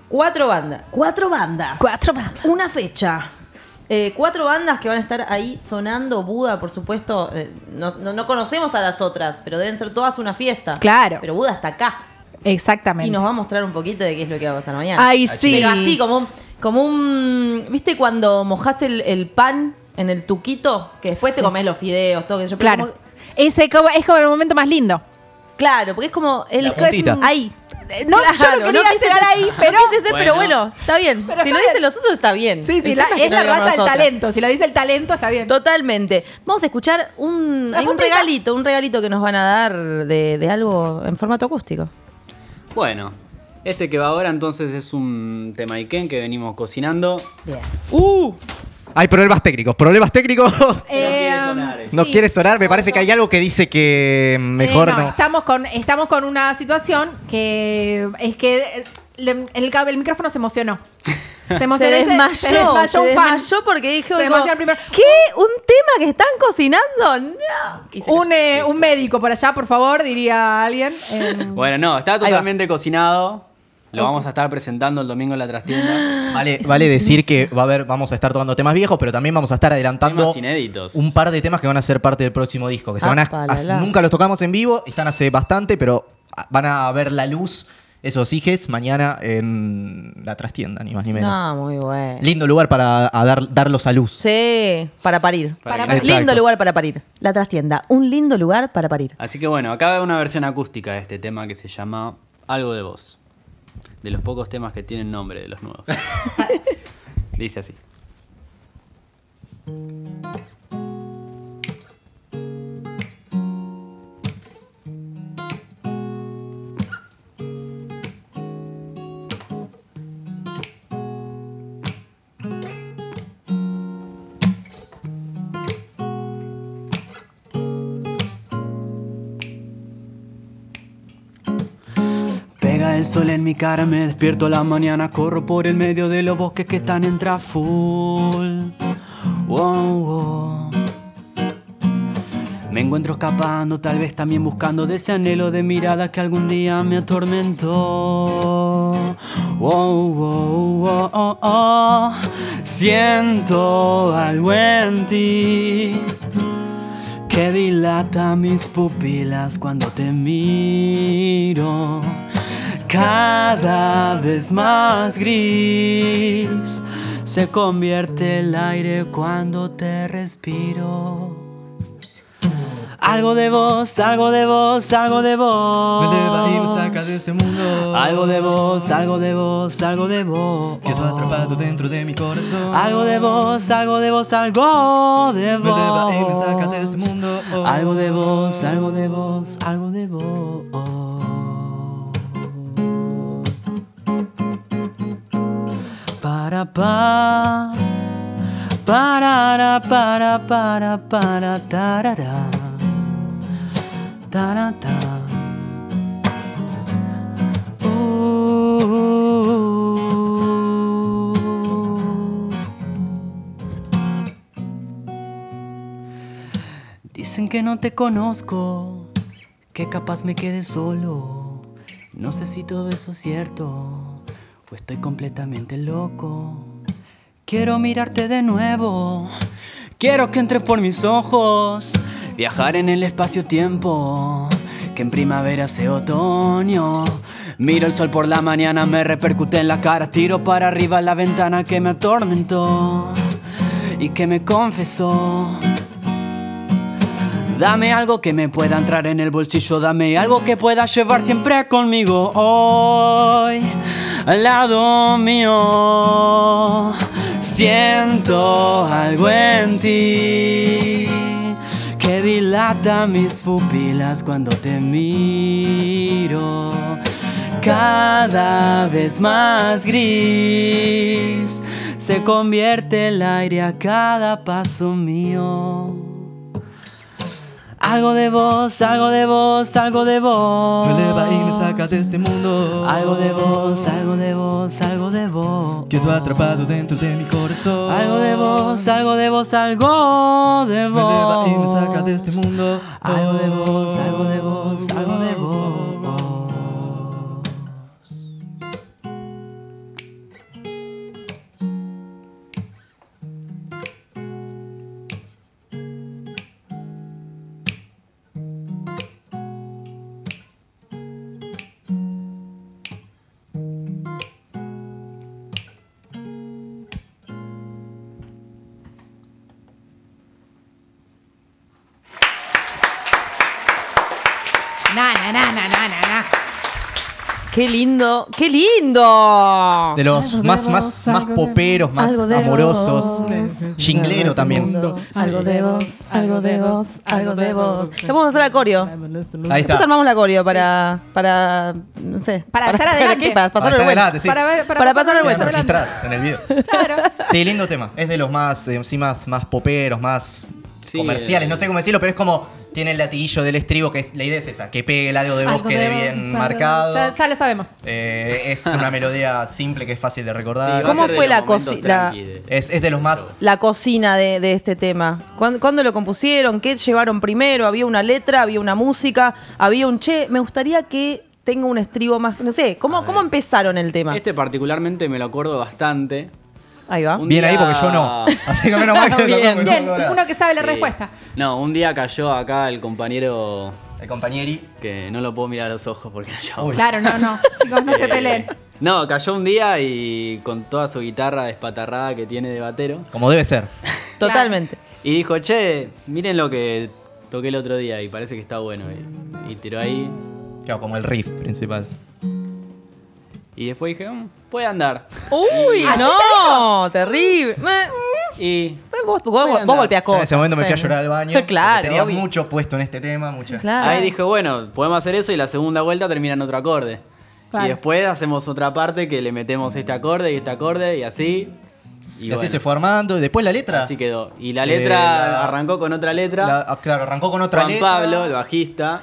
Speaker 2: Cuatro bandas. Cuatro bandas.
Speaker 1: Cuatro bandas.
Speaker 2: Una fecha. Eh, cuatro bandas que van a estar ahí sonando. Buda, por supuesto. eh, no, no- no conocemos a las otras, pero deben ser todas una fiesta.
Speaker 1: Claro.
Speaker 2: Pero Buda está acá.
Speaker 1: Exactamente.
Speaker 2: Y nos va a mostrar un poquito de qué es lo que va a pasar mañana.
Speaker 1: Ay, sí.
Speaker 2: Pero así, como un, como un. ¿Viste cuando mojás el, el pan en el tuquito? Que después
Speaker 1: Sí.
Speaker 2: te comes los fideos, todo que yo pero
Speaker 1: Claro.
Speaker 2: como-
Speaker 1: Ese como- es como el momento más lindo.
Speaker 2: Claro, porque es como el
Speaker 4: La puntita.
Speaker 2: ahí.
Speaker 1: Eh, no, yo no quería
Speaker 2: quise
Speaker 1: llegar
Speaker 2: ser-
Speaker 1: ahí,
Speaker 2: no
Speaker 1: pero-
Speaker 2: quise ser, pero bueno, está bien.
Speaker 1: Pero
Speaker 2: si
Speaker 1: está
Speaker 2: lo
Speaker 1: bien.
Speaker 2: dicen los otros, está bien.
Speaker 1: Sí, sí,
Speaker 2: El
Speaker 1: la-
Speaker 2: tema
Speaker 1: es
Speaker 2: que
Speaker 1: la
Speaker 2: lo hagamos
Speaker 1: raya del
Speaker 2: nosotras.
Speaker 1: talento. Si lo dice el talento, está bien.
Speaker 2: Totalmente. Vamos a escuchar un,
Speaker 1: La
Speaker 2: hay un
Speaker 1: puntita.
Speaker 2: regalito, un regalito que nos van a dar de, de algo en formato acústico.
Speaker 10: Bueno, este que va ahora entonces es un tema Iken que venimos cocinando.
Speaker 1: Mm.
Speaker 4: Hay problemas técnicos,
Speaker 1: [LAUGHS]
Speaker 4: problemas técnicos.
Speaker 1: Eh,
Speaker 10: quiere sonar eso.
Speaker 4: No
Speaker 1: sí.
Speaker 4: quieres sonar, me parece que hay algo que dice que mm, mejor
Speaker 1: Eh, no,
Speaker 4: no.
Speaker 1: Estamos con, estamos con una situación que es que eh, le- el, cab- el micrófono se emocionó.
Speaker 4: [LAUGHS]
Speaker 1: Se
Speaker 2: Se
Speaker 1: emocionó.
Speaker 2: desmayó,
Speaker 1: se desmayó
Speaker 2: se
Speaker 1: un fan.
Speaker 2: desmayó porque dijo como,
Speaker 1: Se desmayó el primero.
Speaker 2: ¿qué? ¿Un tema que están cocinando? No. Y se
Speaker 1: Un, eh, un médico por allá, por favor, diría alguien. Eh,
Speaker 10: Bueno, no, está
Speaker 2: va.
Speaker 10: totalmente cocinado. Lo vamos a estar presentando el domingo en la
Speaker 1: [GASPS]
Speaker 10: trastienda.
Speaker 4: Vale, vale decir que va a haber, vamos a estar tocando temas viejos, pero también vamos a estar adelantando
Speaker 10: Temas inéditos.
Speaker 4: un par de temas que van a ser parte del próximo disco, que se van a,
Speaker 2: Apa, la,
Speaker 4: as-
Speaker 2: la.
Speaker 4: nunca los tocamos en vivo, están hace bastante, pero a- van a ver la luz esos hijes mañana en la trastienda, ni más ni menos.
Speaker 2: No, muy bueno.
Speaker 4: Lindo lugar para a dar, darlos a luz.
Speaker 2: Sí, para parir.
Speaker 10: Para
Speaker 4: parir.
Speaker 2: Lindo
Speaker 4: Exacto.
Speaker 2: lugar para parir. La trastienda, un lindo lugar para parir.
Speaker 10: Así que bueno, acá va una versión acústica de este tema que se llama Algo de Voz. De los pocos temas que tienen nombre de los nuevos.
Speaker 1: [LAUGHS]
Speaker 10: Dice así.
Speaker 5: Pega el sol en mi cara, me despierto a la mañana, corro por el medio de los bosques que están en Traful. Wow, wow. Me encuentro escapando, tal vez también buscando de ese anhelo de mirada que algún día me atormentó. Wow, wow, wow, oh, oh. Siento algo en ti que dilata mis pupilas cuando te miro. Cada vez más gris se convierte el aire cuando te respiro. Algo de vos, algo de vos, algo de vos.
Speaker 4: este mundo.
Speaker 5: Algo de vos, algo de vos, algo de vos.
Speaker 4: dentro de mi corazón.
Speaker 5: Algo de vos, algo de vos, algo de
Speaker 4: Vete, va, y me saca
Speaker 5: vos.
Speaker 4: de este mundo, oh.
Speaker 5: Algo de vos, algo de vos, algo de vos. Para pa. Para para para para tarara. Tarata. Uh. Dicen que no te conozco, que capaz me quede solo. No sé si todo eso es cierto o estoy completamente loco. Quiero mirarte de nuevo, quiero que entres por mis ojos, viajar en el espacio-tiempo, que en primavera sea otoño. Miro el sol por la mañana, me repercute en la cara, tiro para arriba la ventana que me atormentó y que me confesó. Dame algo que me pueda entrar en el bolsillo, dame algo que pueda llevar siempre conmigo hoy, al lado mío. Siento algo en ti que dilata mis pupilas cuando te miro. Cada vez más gris se convierte el aire a cada paso mío.
Speaker 7: Algo de vos, algo de vos, algo de vos.
Speaker 11: Releva y me sacas de este mundo.
Speaker 7: Algo de vos, algo de vos, algo de vos.
Speaker 11: Quedo atrapado dentro de mi corazón.
Speaker 7: Algo de vos, algo de vos, algo de
Speaker 11: Me eleva
Speaker 7: vos.
Speaker 11: y me saca de este mundo.
Speaker 7: Algo de vos, algo de vos, algo de vos.
Speaker 1: Na, na, na, na, na, na, na.
Speaker 2: ¡Qué lindo! ¡Qué lindo!
Speaker 4: De los más, más, más poperos, más
Speaker 2: Algo de
Speaker 4: amorosos.
Speaker 2: vos.
Speaker 4: Jinglero también.
Speaker 2: Algo de vos, algo de vos, algo de vos. Ya podemos hacer la coreo.
Speaker 5: este
Speaker 4: Ahí
Speaker 2: Después
Speaker 4: está.
Speaker 2: armamos la coreo para, para no sé.
Speaker 1: Para estar adelante.
Speaker 2: qué? Para pasar
Speaker 4: Para estar
Speaker 2: vergüenza.
Speaker 4: adelante, sí.
Speaker 1: Para, ver,
Speaker 2: Para pasar
Speaker 4: Quedan
Speaker 2: vergüenza.
Speaker 1: adelante.
Speaker 4: registradas en el video.
Speaker 1: Claro.
Speaker 4: Sí, lindo tema. Es de los más, eh, sí, más, más poperos, más
Speaker 5: Sí,
Speaker 4: comerciales.
Speaker 5: eh.
Speaker 4: No sé cómo decirlo, pero es como tiene el latiguillo del estribo, que es, la idea es esa, que pegue el algo de voz
Speaker 1: Algo
Speaker 4: quede
Speaker 1: de vos,
Speaker 4: bien
Speaker 1: algo de
Speaker 4: marcado.
Speaker 1: vos. Ya, ya lo sabemos.
Speaker 4: Eh, es una melodía simple que es fácil de recordar.
Speaker 2: ¿Cómo fue la cosi- la-
Speaker 4: Es, es de los más.
Speaker 2: La cocina de, de este tema. ¿Cuándo, cuándo lo compusieron? ¿Qué llevaron primero? ¿Había una letra? ¿Había una música? ¿Había un che? Me gustaría que tenga un estribo más. No sé, ¿cómo, cómo empezaron el tema?
Speaker 5: Este particularmente me lo acuerdo bastante.
Speaker 2: Ahí va.
Speaker 5: Un
Speaker 4: Bien ahí
Speaker 5: día-
Speaker 4: porque
Speaker 5: [LAUGHS]
Speaker 4: yo no. Así que menos mal
Speaker 2: [LAUGHS]
Speaker 4: que
Speaker 2: Bien,
Speaker 4: tocamos, no,
Speaker 1: Bien,
Speaker 4: no, no.
Speaker 1: uno que sabe la
Speaker 5: Sí.
Speaker 1: respuesta.
Speaker 5: No, un día cayó acá el compañero
Speaker 4: El compañeri.
Speaker 5: que no lo puedo mirar a los ojos porque [LAUGHS] cayó.
Speaker 4: Uy.
Speaker 1: Claro, no, no. Chicos, no se
Speaker 5: Eh,
Speaker 1: peleen.
Speaker 5: No, cayó un día y con toda su guitarra despatarrada que tiene de batero.
Speaker 4: Como debe ser.
Speaker 2: Totalmente.
Speaker 5: Y dijo, che, miren lo que toqué el otro día y parece que está bueno. Y, y tiró ahí.
Speaker 4: Claro, como el riff principal.
Speaker 5: Y después dije, "Mm, puede andar.
Speaker 2: ¡Uy! ¡No! ¡Terrible! Me-
Speaker 5: Y
Speaker 2: Vos, vos- vos
Speaker 5: andar.
Speaker 2: golpeas
Speaker 4: Yo
Speaker 2: cosas.
Speaker 4: en ese momento me
Speaker 2: sí.
Speaker 4: fui a llorar
Speaker 2: [LAUGHS]
Speaker 4: al baño. porque
Speaker 2: claro.
Speaker 4: Tenía
Speaker 2: obvio.
Speaker 4: mucho puesto en este tema, mucho.
Speaker 2: Claro.
Speaker 5: ahí dije, bueno, podemos hacer eso y la segunda vuelta termina en otro acorde.
Speaker 1: Claro.
Speaker 5: Y después hacemos otra parte que le metemos este acorde y este acorde y así.
Speaker 4: Y,
Speaker 5: Y,
Speaker 4: así
Speaker 5: bueno,
Speaker 4: se fue armando. Y después la letra.
Speaker 5: Así quedó. Y la
Speaker 4: Eh,
Speaker 5: letra
Speaker 4: la-
Speaker 5: arrancó con otra letra.
Speaker 4: La- ah, claro, arrancó con otra
Speaker 5: Juan
Speaker 4: letra.
Speaker 5: Pablo, el bajista,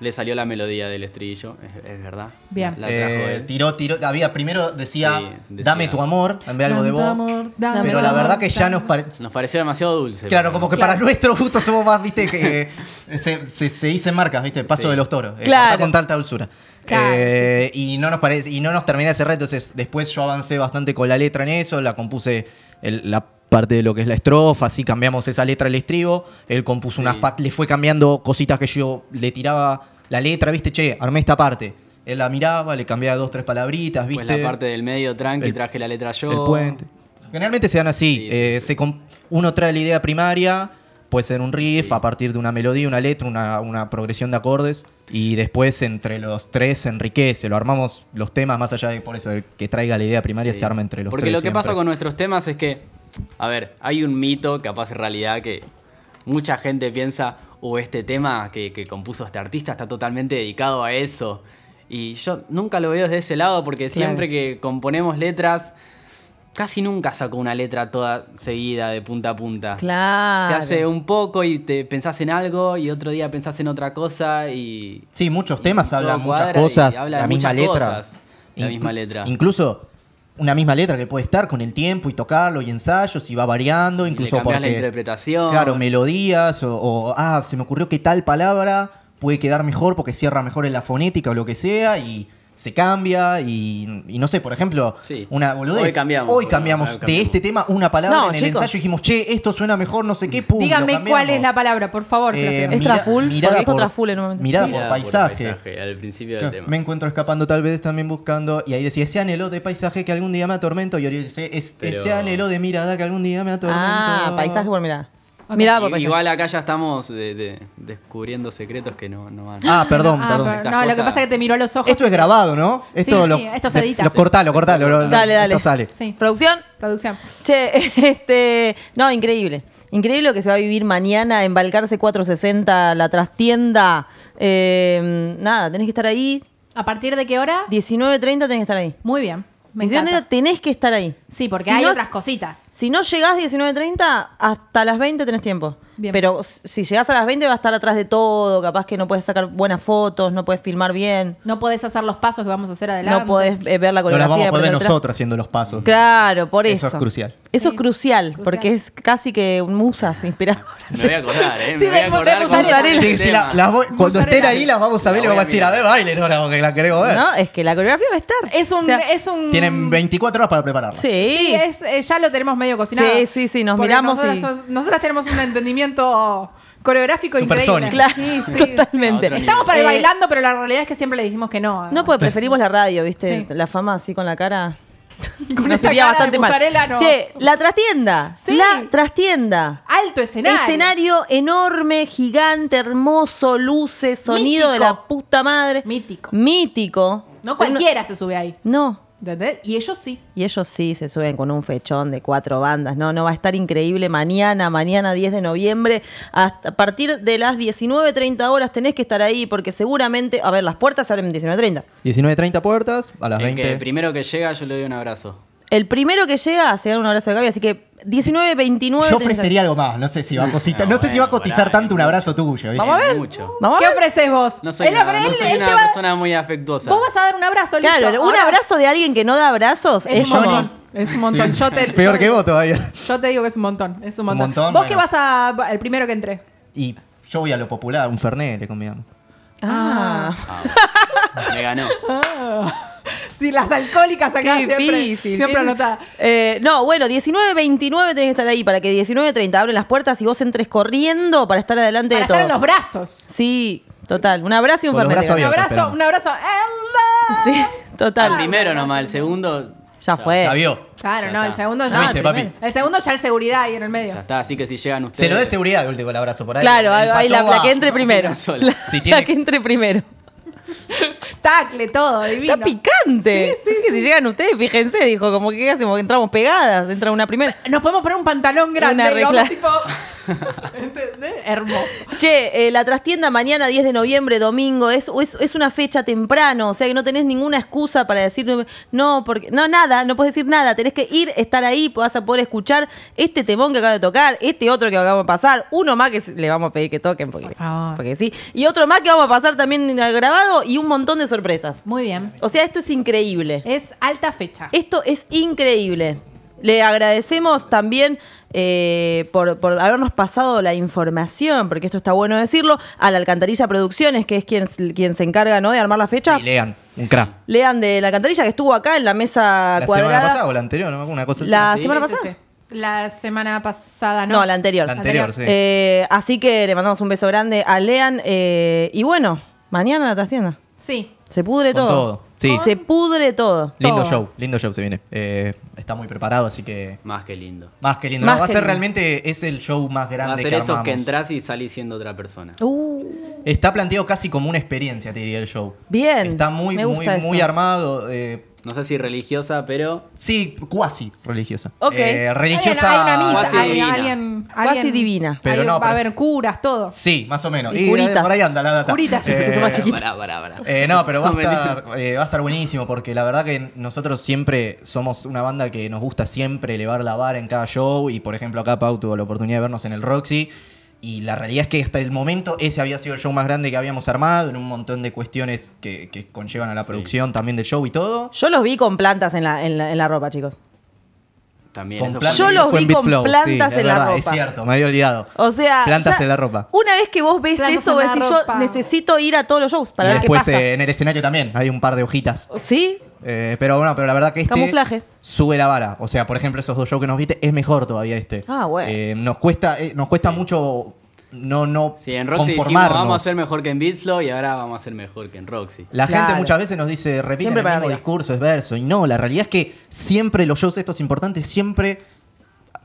Speaker 5: le salió la melodía del estribillo, es, es verdad.
Speaker 1: Bien.
Speaker 5: La trajo
Speaker 4: Eh,
Speaker 5: él.
Speaker 4: tiró, tiró. Había primero decía,
Speaker 5: Sí, decía-
Speaker 4: dame tu amor, en vez de algo de
Speaker 11: Dame tu
Speaker 4: vos.
Speaker 11: amor,
Speaker 1: dame
Speaker 4: Pero
Speaker 1: tu
Speaker 4: la
Speaker 1: amor,
Speaker 4: verdad que ya
Speaker 1: dame-
Speaker 4: nos parece.
Speaker 5: Nos pareció demasiado dulce.
Speaker 4: Claro, como que
Speaker 1: Claro.
Speaker 4: para nuestro gusto somos más,
Speaker 1: [LAUGHS]
Speaker 4: viste, que se, se, se dicen marcas, viste, paso
Speaker 5: Sí.
Speaker 4: de los toros. eh,
Speaker 2: Claro.
Speaker 4: cortá con tanta dulzura.
Speaker 1: Claro,
Speaker 4: Eh, Y no nos parece, y no nos termina de cerrar, entonces después yo avancé bastante con la letra en eso, la compuse el- la parte de lo que es la estrofa, así cambiamos esa letra al estribo, él compuso unas pa- le fue cambiando cositas que yo le tiraba la letra, viste, che, armé esta parte. Él la miraba, le cambiaba dos, tres palabritas, viste.
Speaker 5: Pues la parte del medio tranqui,
Speaker 4: El-
Speaker 5: traje la letra yo.
Speaker 4: El puente. Generalmente se dan así.
Speaker 5: Sí, sí,
Speaker 4: eh, se com- uno trae la idea primaria, puede ser un riff a partir de una melodía, una letra, una, una progresión de acordes. Y después entre los tres se enriquece. Lo armamos los temas más allá de por eso el que traiga la idea primaria
Speaker 5: Sí.
Speaker 4: se arma entre los
Speaker 5: Porque
Speaker 4: tres.
Speaker 5: lo que pasa
Speaker 4: siempre.
Speaker 5: con nuestros temas es que, a ver, hay un mito, capaz en realidad, que mucha gente piensa, o este tema que, que compuso este artista está totalmente dedicado a eso. Y yo nunca lo veo desde ese lado porque
Speaker 2: Claro.
Speaker 5: siempre que componemos letras, casi nunca saco una letra toda seguida de punta a punta. Se
Speaker 2: Claro.
Speaker 5: hace un poco y te pensás en algo y otro día pensás en otra cosa y...
Speaker 4: Sí, muchos
Speaker 5: y
Speaker 4: temas
Speaker 5: todo
Speaker 4: hablan muchas
Speaker 5: cuadra y
Speaker 4: cosas,
Speaker 5: habla de
Speaker 4: la misma
Speaker 5: muchas
Speaker 4: letra.
Speaker 5: cosas, la
Speaker 4: Inclu-
Speaker 5: misma letra.
Speaker 4: Incluso una misma letra que puede estar con el tiempo y tocarlo y ensayos y va variando,
Speaker 5: Y le
Speaker 4: incluso
Speaker 5: cambiás
Speaker 4: porque
Speaker 5: la interpretación.
Speaker 4: Claro, melodías o, o, ah, se me ocurrió que tal palabra puede quedar mejor porque cierra mejor en la fonética o lo que sea y se cambia y, y no sé, por ejemplo,
Speaker 5: Sí.
Speaker 4: una boludez.
Speaker 5: Hoy cambiamos,
Speaker 4: Hoy
Speaker 5: boludo,
Speaker 4: cambiamos
Speaker 5: hoy
Speaker 4: de
Speaker 5: cambiamos.
Speaker 4: este tema una palabra
Speaker 2: No,
Speaker 4: en el
Speaker 2: chicos.
Speaker 4: ensayo y dijimos, "Che, esto suena mejor, no sé qué, pum." lo
Speaker 1: Díganme
Speaker 4: cambiamos.
Speaker 1: cuál es la palabra, por favor. se los
Speaker 4: Eh,
Speaker 1: pido.
Speaker 2: Es
Speaker 4: mira-
Speaker 2: traful,
Speaker 4: mirada
Speaker 2: porque dijo
Speaker 4: por-
Speaker 2: traful en un momento.
Speaker 4: mirada
Speaker 2: Sí.
Speaker 4: por
Speaker 5: Mirada
Speaker 4: paisaje.
Speaker 5: Al principio del
Speaker 4: Claro,
Speaker 5: tema.
Speaker 4: Me encuentro escapando tal vez también buscando y ahí decía ese anhelo de paisaje que algún día me atormento y ahora dice es-
Speaker 5: Pero-
Speaker 4: ese anhelo de mirada que algún día me atormento.
Speaker 2: Ah, paisaje por mirada. Mirada por
Speaker 5: I-
Speaker 2: paisaje.
Speaker 5: Igual acá ya estamos de- de- descubriendo secretos que no, no van.
Speaker 4: Ah, perdón,
Speaker 1: Ah,
Speaker 4: perdón.
Speaker 1: pero-
Speaker 5: Estas
Speaker 1: no, lo que
Speaker 5: cosas-
Speaker 1: pasa es que te miró
Speaker 2: [LAUGHS]
Speaker 1: a los ojos.
Speaker 4: Esto es grabado, ¿no? Esto
Speaker 1: Sí,
Speaker 4: lo,
Speaker 1: sí, esto se
Speaker 4: de-
Speaker 1: edita.
Speaker 4: Lo cortalo, cortalo, bro.
Speaker 2: Dale, dale.
Speaker 4: Esto sale.
Speaker 1: Sí.
Speaker 2: ¿Producción?
Speaker 1: Producción.
Speaker 2: Che, [LAUGHS] este. No, increíble. Increíble lo que se va a vivir mañana en Balcarce 460, la trastienda. Eh, nada, tenés que estar ahí.
Speaker 1: ¿A partir de qué hora?
Speaker 2: 19.30 tenés que estar ahí.
Speaker 1: Muy bien. Me
Speaker 2: 19.30
Speaker 1: encanta.
Speaker 2: tenés que estar ahí.
Speaker 1: Sí,
Speaker 2: Si
Speaker 1: porque hay
Speaker 2: no-
Speaker 1: otras cositas.
Speaker 2: Si no llegás 19.30, hasta las 20 tenés tiempo.
Speaker 1: Bien.
Speaker 2: Pero s- si llegas a las 20 va a estar atrás de todo, capaz que no puedes sacar buenas fotos, no puedes filmar bien,
Speaker 1: No podés hacer los pasos que vamos a hacer adelante.
Speaker 2: no podés eh, ver la
Speaker 4: No las
Speaker 2: coreografía.
Speaker 4: vamos a
Speaker 2: de
Speaker 4: poder ver
Speaker 2: por detrás.
Speaker 4: nosotros haciendo los pasos.
Speaker 2: Claro, por eso.
Speaker 4: Eso es crucial.
Speaker 2: Eso
Speaker 1: Sí,
Speaker 2: es crucial,
Speaker 1: crucial.
Speaker 2: porque es casi que un musas inspirador.
Speaker 5: Me voy a acordar, ¿eh?
Speaker 1: Sí,
Speaker 5: me voy a
Speaker 1: vemos-
Speaker 5: acordar
Speaker 1: vemos
Speaker 5: cómo se llama
Speaker 2: Ariel.
Speaker 5: el
Speaker 4: Sí, sí,
Speaker 5: tema.
Speaker 4: la- las voy- cuando
Speaker 1: Mozzarella.
Speaker 4: estén ahí las vamos a ver y
Speaker 5: La
Speaker 4: le
Speaker 5: voy
Speaker 4: vamos
Speaker 5: a
Speaker 4: a decir, a
Speaker 5: mirar.
Speaker 4: ver, bailen ahora porque la queremos ver.
Speaker 2: ¿No? Es que la coreografía va a estar.
Speaker 1: Es un,
Speaker 2: O sea,
Speaker 1: es un.
Speaker 4: Tienen 24 horas para prepararla.
Speaker 2: Sí.
Speaker 1: Sí, es, eh, ya lo tenemos medio cocinado.
Speaker 2: Sí, sí, sí, nos
Speaker 1: Porque
Speaker 2: miramos
Speaker 1: Nosotras,
Speaker 2: y-
Speaker 1: sos- nosotras tenemos un entendimiento coreográfico
Speaker 4: Supersónico.
Speaker 2: Claro,
Speaker 1: increíble. Sí,
Speaker 2: [LAUGHS]
Speaker 1: sí.
Speaker 2: totalmente.
Speaker 5: A otro
Speaker 1: Estamos para el
Speaker 2: Eh,
Speaker 1: bailando, pero la realidad es que siempre le dijimos que no.
Speaker 2: No, pues preferimos la radio, ¿viste?
Speaker 1: Sí.
Speaker 2: La fama así con la cara.
Speaker 1: Con
Speaker 2: Nos
Speaker 1: esa
Speaker 2: iría
Speaker 1: cara de
Speaker 2: bastante mal.
Speaker 1: mozzarella, no.
Speaker 2: Che, la trastienda.
Speaker 1: Sí.
Speaker 2: La trastienda.
Speaker 1: Alto escenario.
Speaker 2: Escenario enorme, gigante, hermoso, luces, sonido
Speaker 1: Mítico.
Speaker 2: de la puta madre.
Speaker 1: Mítico.
Speaker 2: Mítico.
Speaker 1: No cualquiera se sube ahí.
Speaker 2: No.
Speaker 1: ¿Entendés? Y ellos sí.
Speaker 2: Y ellos sí se suben con un fechón de cuatro bandas, ¿no? No va a estar increíble mañana, mañana 10 de noviembre, hasta- a partir de las 19.30 horas tenés que estar ahí porque seguramente, a ver, las puertas se abren 19.30.
Speaker 4: 19.30 puertas, a las
Speaker 5: El que
Speaker 4: 20.
Speaker 5: primero que llega yo le doy un abrazo.
Speaker 2: El primero que llega se gana un abrazo de Gaby, así que 19.29.
Speaker 4: Yo ofrecería algo más, no sé si va a cotizar,
Speaker 5: No,
Speaker 4: no sé si va a
Speaker 5: bueno,
Speaker 4: cotizar
Speaker 5: pará, eh.
Speaker 4: tanto un abrazo tuyo. ¿viste?
Speaker 2: Vamos a
Speaker 5: Es
Speaker 2: ver.
Speaker 5: Mucho.
Speaker 2: Vamos a
Speaker 1: ¿Qué
Speaker 2: ver.
Speaker 1: ofreces vos?
Speaker 5: No soy
Speaker 1: Él-
Speaker 5: una, no
Speaker 1: él-
Speaker 5: soy
Speaker 1: él
Speaker 5: una
Speaker 1: te va-
Speaker 5: persona muy afectuosa.
Speaker 1: Vos vas a dar un abrazo, listo.
Speaker 2: Claro, un
Speaker 1: Ahora-
Speaker 2: abrazo de alguien que no da abrazos
Speaker 1: Es
Speaker 2: es
Speaker 1: un
Speaker 4: Yo
Speaker 2: como-
Speaker 1: montón. Es un montón. Yo te,
Speaker 4: [LAUGHS] Peor
Speaker 1: yo-
Speaker 4: que vos todavía.
Speaker 1: Yo te digo que es un montón. Es un montón.
Speaker 4: montón,
Speaker 1: vos
Speaker 4: bueno.
Speaker 1: que vas a. El primero que entré.
Speaker 4: Y yo voy a lo popular, un Fernet le convidamos.
Speaker 2: Ah,
Speaker 5: Me ganó.
Speaker 1: Sí, las alcohólicas [LAUGHS] acá
Speaker 2: qué
Speaker 1: siempre.
Speaker 2: difícil.
Speaker 1: Siempre
Speaker 2: Qué-
Speaker 1: anotada.
Speaker 2: Eh, no, bueno, 19.29 tenés que estar ahí para que 19.30 abren las puertas y vos entres corriendo para estar adelante
Speaker 1: Para
Speaker 2: de todo.
Speaker 1: estar en los brazos.
Speaker 2: Sí, total. Un abrazo y un
Speaker 4: Con los
Speaker 2: fernet.
Speaker 4: brazos
Speaker 1: Un
Speaker 4: Abierto,
Speaker 1: abrazo,
Speaker 4: pero-
Speaker 1: un abrazo. ¡Hello!
Speaker 2: Sí, total.
Speaker 5: El primero nomás, el segundo.
Speaker 2: Ya fue.
Speaker 4: La vio.
Speaker 1: Claro,
Speaker 5: Ya
Speaker 1: no,
Speaker 5: está.
Speaker 1: el segundo ya.
Speaker 2: Ah,
Speaker 4: Viste,
Speaker 2: el
Speaker 4: papi.
Speaker 2: primero.
Speaker 1: El segundo ya el seguridad ahí en el medio.
Speaker 5: Ya está, así que si llegan ustedes.
Speaker 4: Se lo de seguridad de último el abrazo por ahí.
Speaker 2: Claro,
Speaker 4: El
Speaker 2: ahí ahí la,
Speaker 4: pato va.
Speaker 2: la que entre primero.
Speaker 5: Una sola.
Speaker 2: La,
Speaker 4: Si tiene-
Speaker 2: la que entre primero.
Speaker 1: Tacle todo, divino.
Speaker 2: Está picante.
Speaker 1: Sí, sí,
Speaker 2: Es que si llegan ustedes, fíjense, dijo, como que ¿qué hacemos, entramos pegadas, entra una primera.
Speaker 1: Nos podemos poner un pantalón grande,
Speaker 2: Una regla.
Speaker 1: digamos, tipo. [LAUGHS] ¿Entendés? Hermoso.
Speaker 2: Che, eh, la trastienda mañana 10 de noviembre, domingo, es, es, es una fecha temprano, o sea que no tenés ninguna excusa para decir, no, porque no, nada, no puedes decir nada, tenés que ir, estar ahí, pues vas a poder escuchar este temón que acaba de tocar, este otro que acabamos de pasar, uno más que se- le vamos a pedir que toquen, porque,
Speaker 1: favor.
Speaker 2: porque sí, y otro más que vamos a pasar también grabado y un montón de sorpresas.
Speaker 1: Muy bien.
Speaker 2: O sea, esto es increíble.
Speaker 1: Es alta fecha.
Speaker 2: Esto es increíble. Le agradecemos también eh, por, por habernos pasado la información, porque esto está bueno decirlo, a la Alcantarilla Producciones, que es quien, quien se encarga ¿no? de armar la fecha.
Speaker 4: Y lean, un crack.
Speaker 2: Lean de la Alcantarilla, que estuvo acá en la mesa
Speaker 4: La semana pasada
Speaker 2: cuadrada.
Speaker 4: o la anterior, ¿no? Una cosa así.
Speaker 2: La
Speaker 5: Sí,
Speaker 2: semana
Speaker 1: Sí, sí,
Speaker 2: pasada.
Speaker 1: sí. La semana pasada, ¿no?
Speaker 2: No, la anterior.
Speaker 4: La anterior, sí.
Speaker 2: Eh, así que le mandamos un beso grande a Lean. eh, y bueno, mañana la trastienda.
Speaker 1: Sí.
Speaker 2: Se pudre
Speaker 4: Con
Speaker 2: todo.
Speaker 4: todo, sí.
Speaker 2: Se pudre todo.
Speaker 4: Lindo
Speaker 1: todo.
Speaker 4: show, lindo show se viene. Eh, está muy preparado, así que.
Speaker 5: Más que lindo.
Speaker 4: Más que lindo.
Speaker 2: Más
Speaker 4: va a
Speaker 2: que
Speaker 4: ser
Speaker 2: lindo.
Speaker 4: realmente, es el show más grande
Speaker 5: Va a ser
Speaker 4: que
Speaker 5: eso
Speaker 4: armamos.
Speaker 5: que entras y salís siendo otra persona.
Speaker 2: Uh,
Speaker 4: Está planteado casi como una experiencia, te diría el show.
Speaker 2: Bien,
Speaker 4: Está muy,
Speaker 2: me
Speaker 4: muy,
Speaker 2: gusta eso.
Speaker 4: muy armado. eh,
Speaker 5: No sé si religiosa, pero.
Speaker 4: sí, cuasi religiosa.
Speaker 2: Ok.
Speaker 4: Eh, religiosa.
Speaker 1: Hay una, hay una misa.
Speaker 5: Cuasi
Speaker 1: hay
Speaker 5: divina.
Speaker 1: alguien,
Speaker 2: Cuasi
Speaker 1: alguien-
Speaker 2: divina.
Speaker 4: Pero
Speaker 1: hay-
Speaker 4: no,
Speaker 1: va a
Speaker 4: pero-
Speaker 1: haber curas, todo.
Speaker 4: Sí, más o menos.
Speaker 2: Y curitas.
Speaker 4: por ahí anda la data.
Speaker 2: Curitas, que son más chiquitas.
Speaker 5: Pará, pará, pará.
Speaker 4: Eh, no, pero va a,
Speaker 5: No me
Speaker 4: estar, eh, va a estar buenísimo porque la verdad que nosotros siempre somos una banda que nos gusta siempre elevar la vara en cada show y por ejemplo acá Pau tuvo la oportunidad de vernos en el Roxy y la realidad es que hasta el momento ese había sido el show más grande que habíamos armado en un montón de cuestiones que, que conllevan a la producción también del show y todo.
Speaker 2: Yo los vi con plantas en la, en la- en la ropa, chicos.
Speaker 5: También
Speaker 4: Con
Speaker 5: eso
Speaker 4: plantas-
Speaker 5: fue-
Speaker 2: Yo los
Speaker 4: fue
Speaker 2: vi
Speaker 4: en Beat
Speaker 2: con
Speaker 4: Flow,
Speaker 2: plantas
Speaker 4: sí, es
Speaker 2: en la
Speaker 4: verdad,
Speaker 2: ropa.
Speaker 4: Es cierto, me había olvidado.
Speaker 2: O sea,
Speaker 4: Plantas
Speaker 2: ya-
Speaker 4: en la ropa.
Speaker 2: Una vez que vos ves
Speaker 1: Plantas
Speaker 2: eso,
Speaker 1: en
Speaker 2: vos
Speaker 1: la
Speaker 2: decís,
Speaker 1: ropa.
Speaker 2: yo necesito ir a todos los shows para
Speaker 4: y
Speaker 2: ver qué
Speaker 4: después
Speaker 2: pasa.
Speaker 4: eh, en el escenario también hay un par de hojitas.
Speaker 2: ¿Sí?
Speaker 4: Eh, pero bueno, pero la verdad que este
Speaker 2: Camuflaje.
Speaker 4: sube la vara. O sea, por ejemplo, esos dos shows que nos viste, es mejor todavía este.
Speaker 2: Ah, bueno.
Speaker 4: Eh, nos cuesta, eh, nos cuesta mucho no, no
Speaker 5: Sí, en Roxy dijimos,
Speaker 4: conformarnos.
Speaker 5: vamos a ser mejor que en Bitflow y ahora vamos a ser mejor que en Roxy.
Speaker 4: La gente
Speaker 2: Claro.
Speaker 4: muchas veces nos dice, repiten
Speaker 2: Siempre
Speaker 4: el
Speaker 2: para
Speaker 4: mismo
Speaker 2: arriba.
Speaker 4: discurso, es verso. Y no, la realidad es que siempre los shows estos importantes, siempre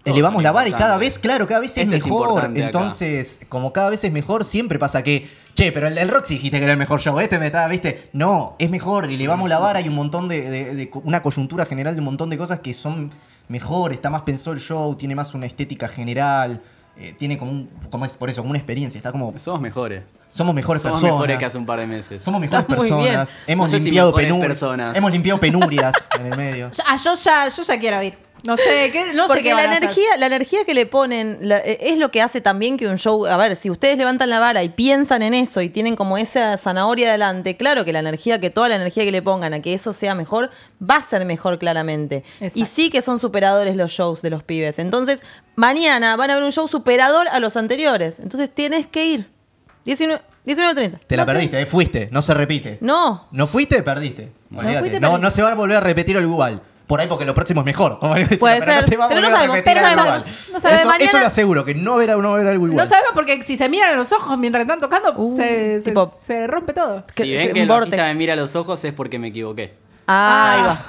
Speaker 4: elevamos
Speaker 5: son
Speaker 4: la vara y cada
Speaker 5: importantes.
Speaker 4: vez, claro, cada vez es
Speaker 5: Este es
Speaker 4: mejor.
Speaker 5: importante acá.
Speaker 4: Entonces, como cada vez es mejor, siempre pasa que, che, pero el, el Roxy dijiste que era el mejor show, este me estaba, viste, no, es mejor, elevamos la vara y un montón de, de- de co- una coyuntura general de un montón de cosas que son mejor, está más pensado el show, tiene más una estética general. eh, tiene como un, como es por eso, como una experiencia, está como
Speaker 5: Somos mejores.
Speaker 4: somos mejores
Speaker 5: Somos
Speaker 4: personas.
Speaker 5: mejores que hace un par de meses.
Speaker 4: Somos mejores
Speaker 2: Está [LAUGHS] muy bien.
Speaker 4: personas. Hemos
Speaker 5: No sé si
Speaker 4: limpiado
Speaker 5: mejores
Speaker 4: penurias.
Speaker 2: [LAUGHS]
Speaker 5: personas.
Speaker 4: Hemos limpiado penurias en el medio.
Speaker 1: Yo- ah, yo ya, yo ya quiero ir. No sé, ¿qué, no sé
Speaker 2: Porque
Speaker 1: qué
Speaker 2: la
Speaker 1: van a hacer.
Speaker 2: energía, la energía que le ponen la- eh, es lo que hace también que un show. A ver, si ustedes levantan la vara y piensan en eso y tienen como esa zanahoria adelante, claro que la energía, que toda la energía que le pongan a que eso sea mejor, va a ser mejor claramente.
Speaker 1: Exacto.
Speaker 2: Y sí que son superadores los shows de los pibes. Entonces, mañana van a ver un show superador a los anteriores. Entonces tienes que ir. 19, 19.30.
Speaker 4: Te la perdiste, eh, fuiste, no se repite.
Speaker 2: No.
Speaker 4: No fuiste, perdiste. Olvídate.
Speaker 1: fuiste,
Speaker 4: no,
Speaker 1: perdiste.
Speaker 4: no se va a volver a repetir el igual. Por ahí porque lo próximo es mejor. [LAUGHS] como decía,
Speaker 2: Puede
Speaker 4: pero
Speaker 2: ser,
Speaker 4: No se va a
Speaker 2: pero no
Speaker 4: volver a
Speaker 2: sabemos,
Speaker 4: repetir
Speaker 2: pero
Speaker 4: algo
Speaker 2: no
Speaker 4: igual.
Speaker 2: sabemos. No sabemos,
Speaker 4: Eso,
Speaker 2: mañana-
Speaker 4: eso lo aseguro, que no verá, no verá algo igual.
Speaker 1: No sabemos porque si se miran a los ojos mientras están tocando,
Speaker 2: Uh,
Speaker 1: se, se-
Speaker 2: tipo-
Speaker 1: se rompe todo.
Speaker 2: Que-
Speaker 5: si ven
Speaker 2: que-
Speaker 5: que el
Speaker 2: vortex.
Speaker 5: artista me mira a los ojos es porque me equivoqué.
Speaker 2: Ah, ahí va. [LAUGHS]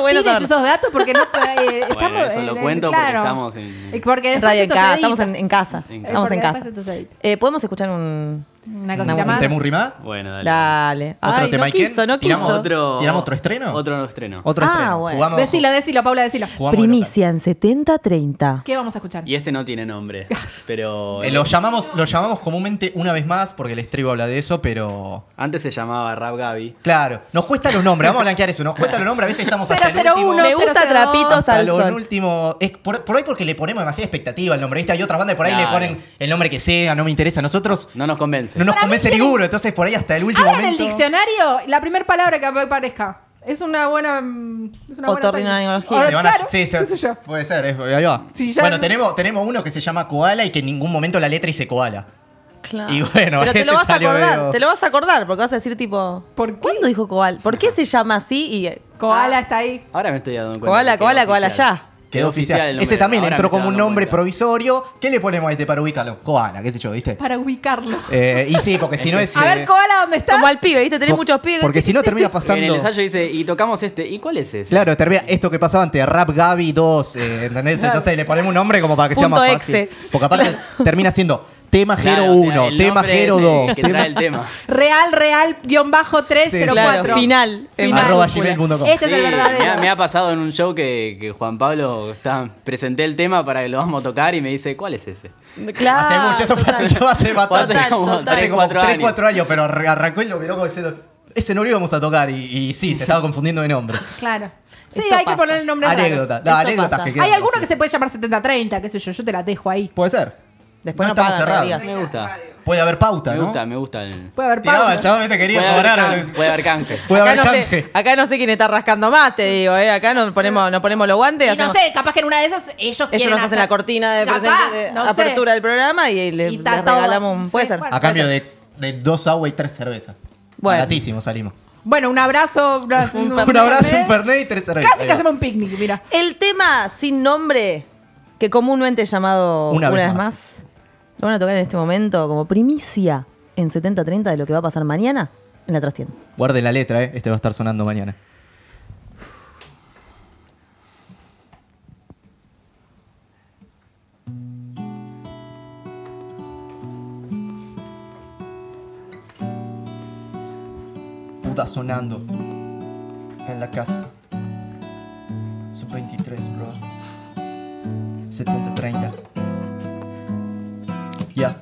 Speaker 2: [LAUGHS] Bueno
Speaker 1: tires
Speaker 2: saberlo.
Speaker 1: esos datos porque no. eh, estamos
Speaker 5: eso lo
Speaker 1: en- en-
Speaker 5: cuento porque
Speaker 1: claro.
Speaker 5: estamos en-
Speaker 1: Y Porque después
Speaker 2: Radio en
Speaker 1: esto se
Speaker 2: casa,
Speaker 1: edita.
Speaker 2: estamos en, en casa.
Speaker 5: En
Speaker 2: Estamos
Speaker 5: casa.
Speaker 2: en
Speaker 1: Porque
Speaker 2: casa.
Speaker 1: después esto se edita.
Speaker 2: Eh, ¿Podemos escuchar un.
Speaker 1: Una
Speaker 2: Una
Speaker 1: cosita
Speaker 2: música.
Speaker 1: más.
Speaker 4: ¿Te rimá?
Speaker 5: Bueno, dale.
Speaker 2: Dale.
Speaker 4: ¿Otro
Speaker 2: Ay,
Speaker 4: tema
Speaker 2: no
Speaker 4: y quién?
Speaker 2: quiso, no quiso.
Speaker 4: Tiramos ¿Tiramos otro estreno?
Speaker 5: Otro estreno.
Speaker 4: Otro
Speaker 2: Ah,
Speaker 4: estreno.
Speaker 2: bueno.
Speaker 4: Jugamos-
Speaker 1: Decilo, decilo, Paula, decilo.
Speaker 4: jugamos
Speaker 2: Primicia en 70-30.
Speaker 1: ¿Qué vamos a escuchar?
Speaker 5: Y este no tiene nombre, pero...
Speaker 4: Eh, lo, llamamos, lo llamamos comúnmente una vez más porque el estribo habla de eso, pero.
Speaker 5: Antes se llamaba Rap Gaby.
Speaker 4: Claro, nos cuesta los nombres, vamos a blanquear eso, nos cuesta los nombres, a veces estamos hasta el
Speaker 1: 001.
Speaker 4: último.
Speaker 1: Me
Speaker 2: Me gusta
Speaker 1: 002,
Speaker 2: Trapitos
Speaker 4: Hasta
Speaker 2: al
Speaker 4: lo
Speaker 2: Sol.
Speaker 4: último. Es por, por ahí porque le ponemos demasiada expectativa al nombre, ¿viste? Hay otra banda que por ahí le
Speaker 5: Claro.
Speaker 4: ponen el nombre que sea, no me interesa. A Nosotros
Speaker 5: No nos convence.
Speaker 4: no nos
Speaker 1: Para mí
Speaker 4: convence
Speaker 1: tienen-
Speaker 4: ninguno, entonces por ahí hasta el último
Speaker 1: Abran el
Speaker 4: momento.
Speaker 1: diccionario, la primera palabra que aparezca. Es una buena. mm, Es una buena
Speaker 2: Otorrinolaringología.
Speaker 1: Ahora,
Speaker 4: Se van a-
Speaker 1: claro,
Speaker 4: sí, se-
Speaker 1: qué sé yo.
Speaker 4: Puede ser, es- ahí va.
Speaker 1: Si ya
Speaker 4: bueno,
Speaker 1: no-
Speaker 4: tenemos, tenemos uno que se llama Koala y que en ningún momento la letra dice Koala.
Speaker 2: Claro.
Speaker 4: Y bueno,
Speaker 2: Pero te
Speaker 4: este
Speaker 2: lo vas a
Speaker 4: salió
Speaker 2: acordar,
Speaker 4: medio-
Speaker 2: te lo vas a acordar, porque vas a decir tipo.
Speaker 1: ¿Por qué?
Speaker 2: ¿Cuándo dijo Koal? ¿Por qué se llama así? Y, eh, ah,
Speaker 1: Koala está ahí.
Speaker 5: Ahora me estoy dando cuenta.
Speaker 2: Koala,
Speaker 5: que quedó
Speaker 2: koala, koala,
Speaker 5: oficial.
Speaker 2: ya.
Speaker 4: Quedó oficial.
Speaker 5: el
Speaker 4: Ese
Speaker 5: nombre.
Speaker 4: también
Speaker 5: Ahora
Speaker 4: entró
Speaker 5: me
Speaker 4: como
Speaker 5: estoy
Speaker 4: un
Speaker 5: dando
Speaker 4: nombre
Speaker 5: cuenta.
Speaker 4: provisorio. ¿Qué le ponemos a este para ubicarlo? Koala, qué sé yo, ¿viste?
Speaker 1: Para ubicarlo.
Speaker 4: Eh, y sí, porque si no
Speaker 5: Este.
Speaker 4: es.
Speaker 1: A
Speaker 4: eh,
Speaker 1: ver, Koala, ¿dónde estás?
Speaker 2: Como al pibe, ¿viste? Tenés
Speaker 4: po-
Speaker 2: muchos pibes.
Speaker 4: Porque si no termina
Speaker 5: En el
Speaker 4: pasando.
Speaker 5: ensayo dice, y tocamos este. ¿Y cuál es ese?
Speaker 4: Claro, termina esto que pasaba antes, Rap Gabi 2, eh, ¿entendés? Entonces le ponemos un nombre como para que sea
Speaker 2: Punto
Speaker 4: más fácil.
Speaker 2: exe.
Speaker 4: Porque aparte termina siendo tema
Speaker 5: Claro,
Speaker 4: 01,
Speaker 5: o sea, el
Speaker 4: tema
Speaker 5: nombre es
Speaker 4: 02,
Speaker 5: el Que trae el
Speaker 4: tema
Speaker 5: tema.
Speaker 1: Real, real, guión bajo 304.
Speaker 2: Claro, final. en
Speaker 1: Final.
Speaker 4: arroba
Speaker 2: mayúscula.
Speaker 4: gmail.com.
Speaker 1: Este es
Speaker 5: Sí,
Speaker 1: el verdadero.
Speaker 5: Me ha, me ha pasado en un show que, que Juan Pablo está, presenté el tema para que lo vamos a tocar y me dice, ¿cuál es ese?
Speaker 2: [LAUGHS] Claro.
Speaker 4: Hace mucho, eso fue
Speaker 2: total.
Speaker 4: [LAUGHS] ya hace bastante.
Speaker 5: Hace como
Speaker 2: total.
Speaker 4: hace
Speaker 5: tres,
Speaker 4: como
Speaker 5: cuatro
Speaker 4: 3,
Speaker 5: años.
Speaker 4: 4 años, pero arra- arrancó y lo miró como diciendo, ese no lo íbamos a tocar. Y, y sí, se estaba confundiendo de nombre.
Speaker 1: Claro. Sí,
Speaker 2: Esto
Speaker 1: hay
Speaker 2: pasa.
Speaker 1: que poner el nombre
Speaker 4: Anécdota, no,
Speaker 2: Esto
Speaker 4: anécdotas
Speaker 2: pasa.
Speaker 4: que quedan.
Speaker 1: Hay alguno que se puede llamar 7030, qué sé yo, yo te la dejo ahí.
Speaker 4: Puede ser.
Speaker 2: Después
Speaker 4: No
Speaker 2: no,
Speaker 4: estamos
Speaker 2: pagan, no
Speaker 4: cerrados.
Speaker 2: digas.
Speaker 5: Me gusta.
Speaker 4: Puede haber pauta,
Speaker 5: Me
Speaker 4: ¿no?
Speaker 5: gusta, me gusta. el-
Speaker 1: Puede haber
Speaker 4: Tiraba,
Speaker 1: pauta.
Speaker 4: chaval, te quería
Speaker 5: Puede haber,
Speaker 4: cobrar. eh.
Speaker 5: can- puede haber canje.
Speaker 4: Puede
Speaker 2: Acá
Speaker 4: haber
Speaker 2: no,
Speaker 4: canje.
Speaker 2: sé, acá no sé quién está rascando más, te digo, ¿eh? Acá no ponemos, no ponemos los guantes.
Speaker 1: Y no
Speaker 2: hacemos-
Speaker 1: sé, capaz que en una de esas ellos
Speaker 2: Ellos
Speaker 1: quieren
Speaker 2: nos hacen
Speaker 1: hacer-
Speaker 2: la cortina de,
Speaker 1: Capaz,
Speaker 2: presente- de
Speaker 1: no sé.
Speaker 2: apertura del programa y le,
Speaker 1: Y
Speaker 2: le
Speaker 1: está todo.
Speaker 2: regalamos un. Puede
Speaker 1: Sí,
Speaker 2: ser.
Speaker 1: bueno.
Speaker 4: A cambio de, de dos agua y tres cervezas.
Speaker 2: Bueno.
Speaker 4: Baratísimo salimos.
Speaker 1: Bueno, un abrazo.
Speaker 2: [LAUGHS]
Speaker 1: Un abrazo,
Speaker 2: Un
Speaker 4: Un abrazo, un
Speaker 1: Fernet.
Speaker 4: Fernet y tres cervezas.
Speaker 1: Casi
Speaker 4: Ahí
Speaker 1: que
Speaker 4: va.
Speaker 1: hacemos un picnic, mira.
Speaker 2: El tema sin nombre, que comúnmente es llamado una, vez, más. lo van a tocar en este momento como primicia en 70-30 de lo que va a pasar mañana en la trastienda.
Speaker 4: Guarden la letra, ¿eh? Este va a estar sonando mañana. Puta sonando en la casa. Sub 23, bro. 70-30. Ya.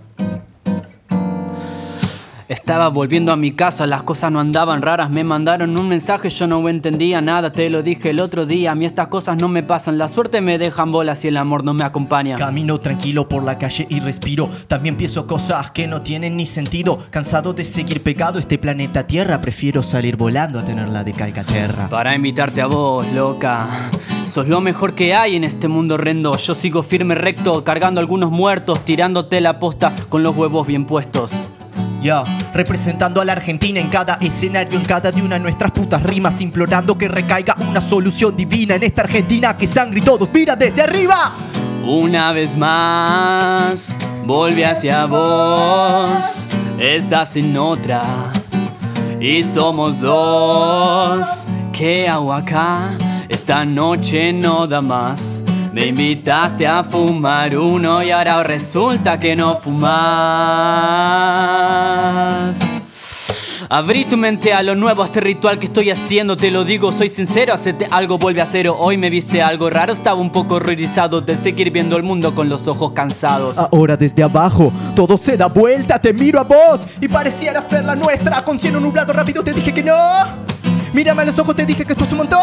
Speaker 5: Estaba volviendo a mi casa, las cosas no andaban raras. Me mandaron un mensaje, yo no entendía nada. Te lo dije el otro día, a mí estas cosas no me pasan. La suerte me dejan bolas y el amor no me acompaña.
Speaker 4: Camino tranquilo por la calle y respiro. También pienso cosas que no tienen ni sentido. Cansado de seguir pegado a este planeta Tierra, prefiero salir volando a tenerla de calcaterra.
Speaker 5: Para invitarte a vos, loca. Sos lo mejor que hay en este mundo horrendo. Yo sigo firme recto, cargando algunos muertos, tirándote la posta con los huevos bien puestos.
Speaker 4: Ya, representando a la Argentina en cada escenario, en cada de una de nuestras putas rimas, implorando que recaiga una solución divina en esta Argentina que sangre y todos mira desde arriba.
Speaker 5: Una vez más, volví hacia vos. Estás sin otra. Y somos dos. ¿Qué hago acá? Esta noche no da más. Me invitaste a fumar uno y ahora resulta que no fumas. Abrí tu mente a lo nuevo, a este ritual que estoy haciendo, te lo digo, soy sincero, hacete algo, vuelve a cero. Hoy me viste algo raro, estaba un poco horrorizado de seguir viendo el mundo con los ojos cansados.
Speaker 4: Ahora desde abajo, todo se da vuelta, te miro a vos y pareciera ser la nuestra. Con cielo nublado rápido te dije que no. Mírame a los ojos, te dije que esto es un montón.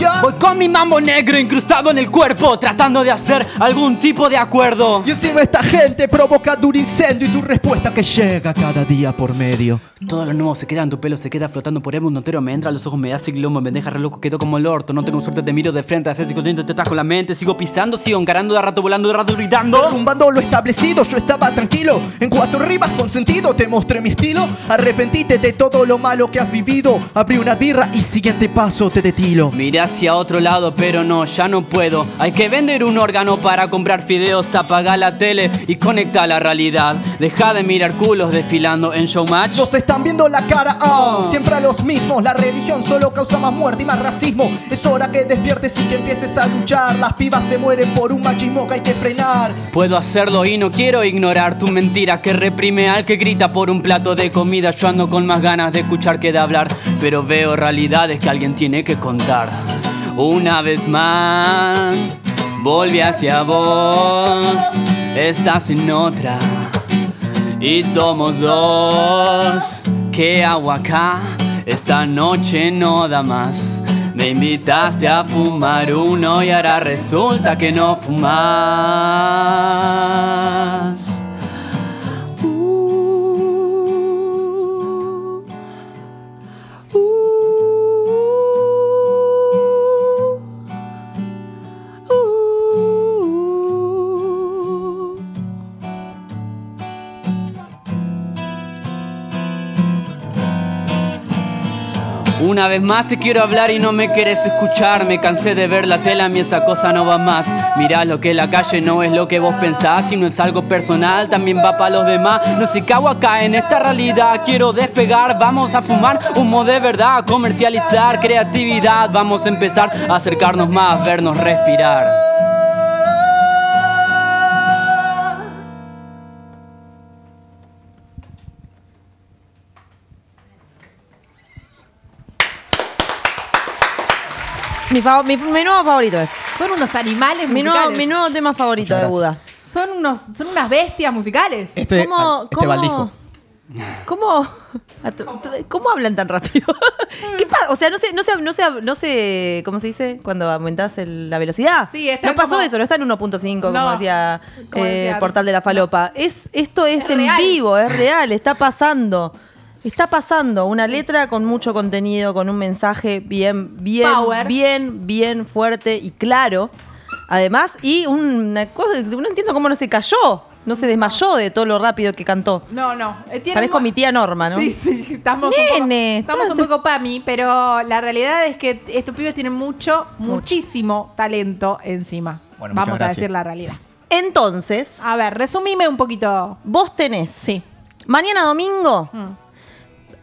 Speaker 4: Yo.
Speaker 5: Voy con mi mambo negro incrustado en el cuerpo, tratando de hacer algún tipo de acuerdo.
Speaker 4: Y encima esta gente provocando un incendio y tu respuesta que llega cada día por medio.
Speaker 5: Todo lo nuevo se queda en tu pelo, se queda flotando por el mundo entero. Me entra a los ojos, me da cicloma, me deja re loco, quedo como el orto. No tengo suerte, te miro de frente, haces contento, te trajo la mente. Sigo pisando, sigo encarando de rato, volando de rato, gritando.
Speaker 4: Tumbando lo establecido, yo estaba tranquilo. En cuatro rimas con sentido te mostré mi estilo. Arrepentite de todo lo malo que has vivido. Abrí una birra y siguiente paso te detilo.
Speaker 5: Miré hacia otro lado, pero no, ya no puedo. Hay que vender un órgano para comprar fideos. Apaga la tele y conecta a la realidad. Deja de mirar culos desfilando en showmatch.
Speaker 4: Nos están viendo la cara, ah, siempre a los mismos. La religión solo causa más muerte y más racismo. Es hora que despiertes y que empieces a luchar. Las pibas se mueren por un machismo que hay que frenar.
Speaker 5: Puedo hacerlo y no quiero ignorar tu mentira que reprime al que grita por un plato de comida. Yo ando con más ganas de escuchar que de hablar, pero veo realidades que alguien tiene que contar. Una vez más, volví hacia vos, estás en otra y somos dos. ¿Qué hago acá? Esta noche no da más. Me invitaste a fumar uno y ahora resulta que no fumas. Uh, uh, uh. Una vez más te quiero hablar y no me quieres escuchar. Me cansé de ver la tela, mi esa cosa no va más. Mirá lo que es la calle no es lo que vos pensás, sino es algo personal, también va para los demás. No sé qué hago acá en esta realidad. Quiero despegar, vamos a fumar humo de verdad, comercializar creatividad. Vamos a empezar a acercarnos más, vernos respirar.
Speaker 2: Mi, fa- mi- mi nuevo favorito es.
Speaker 1: Son unos animales
Speaker 2: Mi nuevo,
Speaker 1: musicales.
Speaker 2: mi nuevo tema favorito de Buda.
Speaker 1: Son, unos, son unas bestias musicales.
Speaker 4: Este,
Speaker 2: ¿Cómo,
Speaker 4: este
Speaker 2: cómo-
Speaker 4: va al disco.
Speaker 2: ¿Cómo, a tu- tu- ¿Cómo hablan tan rápido? [LAUGHS] ¿Qué pasa? O sea, no sé, no sé, no sé, no sé, ¿cómo se dice? Cuando aumentás el- la velocidad.
Speaker 1: Sí, está
Speaker 2: no pasó
Speaker 1: como-
Speaker 2: eso, no está en 1.5 como
Speaker 1: No,
Speaker 2: decía
Speaker 1: como
Speaker 2: eh,
Speaker 1: decía-
Speaker 2: Portal de la Falopa. Es, esto es,
Speaker 1: Es
Speaker 2: en
Speaker 1: real.
Speaker 2: vivo, es real, está pasando. Está pasando una letra con mucho contenido, con un mensaje bien, bien,
Speaker 1: Power.
Speaker 2: bien, bien fuerte y claro. Además, y una cosa, no entiendo cómo no se cayó, no se desmayó de todo lo rápido que cantó.
Speaker 1: No, no. eh, tienen
Speaker 2: Parezco
Speaker 1: mu-
Speaker 2: mi tía Norma, ¿no?
Speaker 1: Sí, sí, estamos
Speaker 2: Nene,
Speaker 1: un poco, estamos un
Speaker 2: tanto-
Speaker 1: poco pami, pero la realidad es que estos pibes tienen mucho, muchísimo talento encima.
Speaker 4: Bueno, muchas
Speaker 1: Vamos a
Speaker 4: gracias.
Speaker 1: decir la realidad.
Speaker 2: Entonces,
Speaker 1: A ver, resumime un poquito.
Speaker 2: vos tenés.
Speaker 1: Sí.
Speaker 2: Mañana domingo,
Speaker 1: Mm.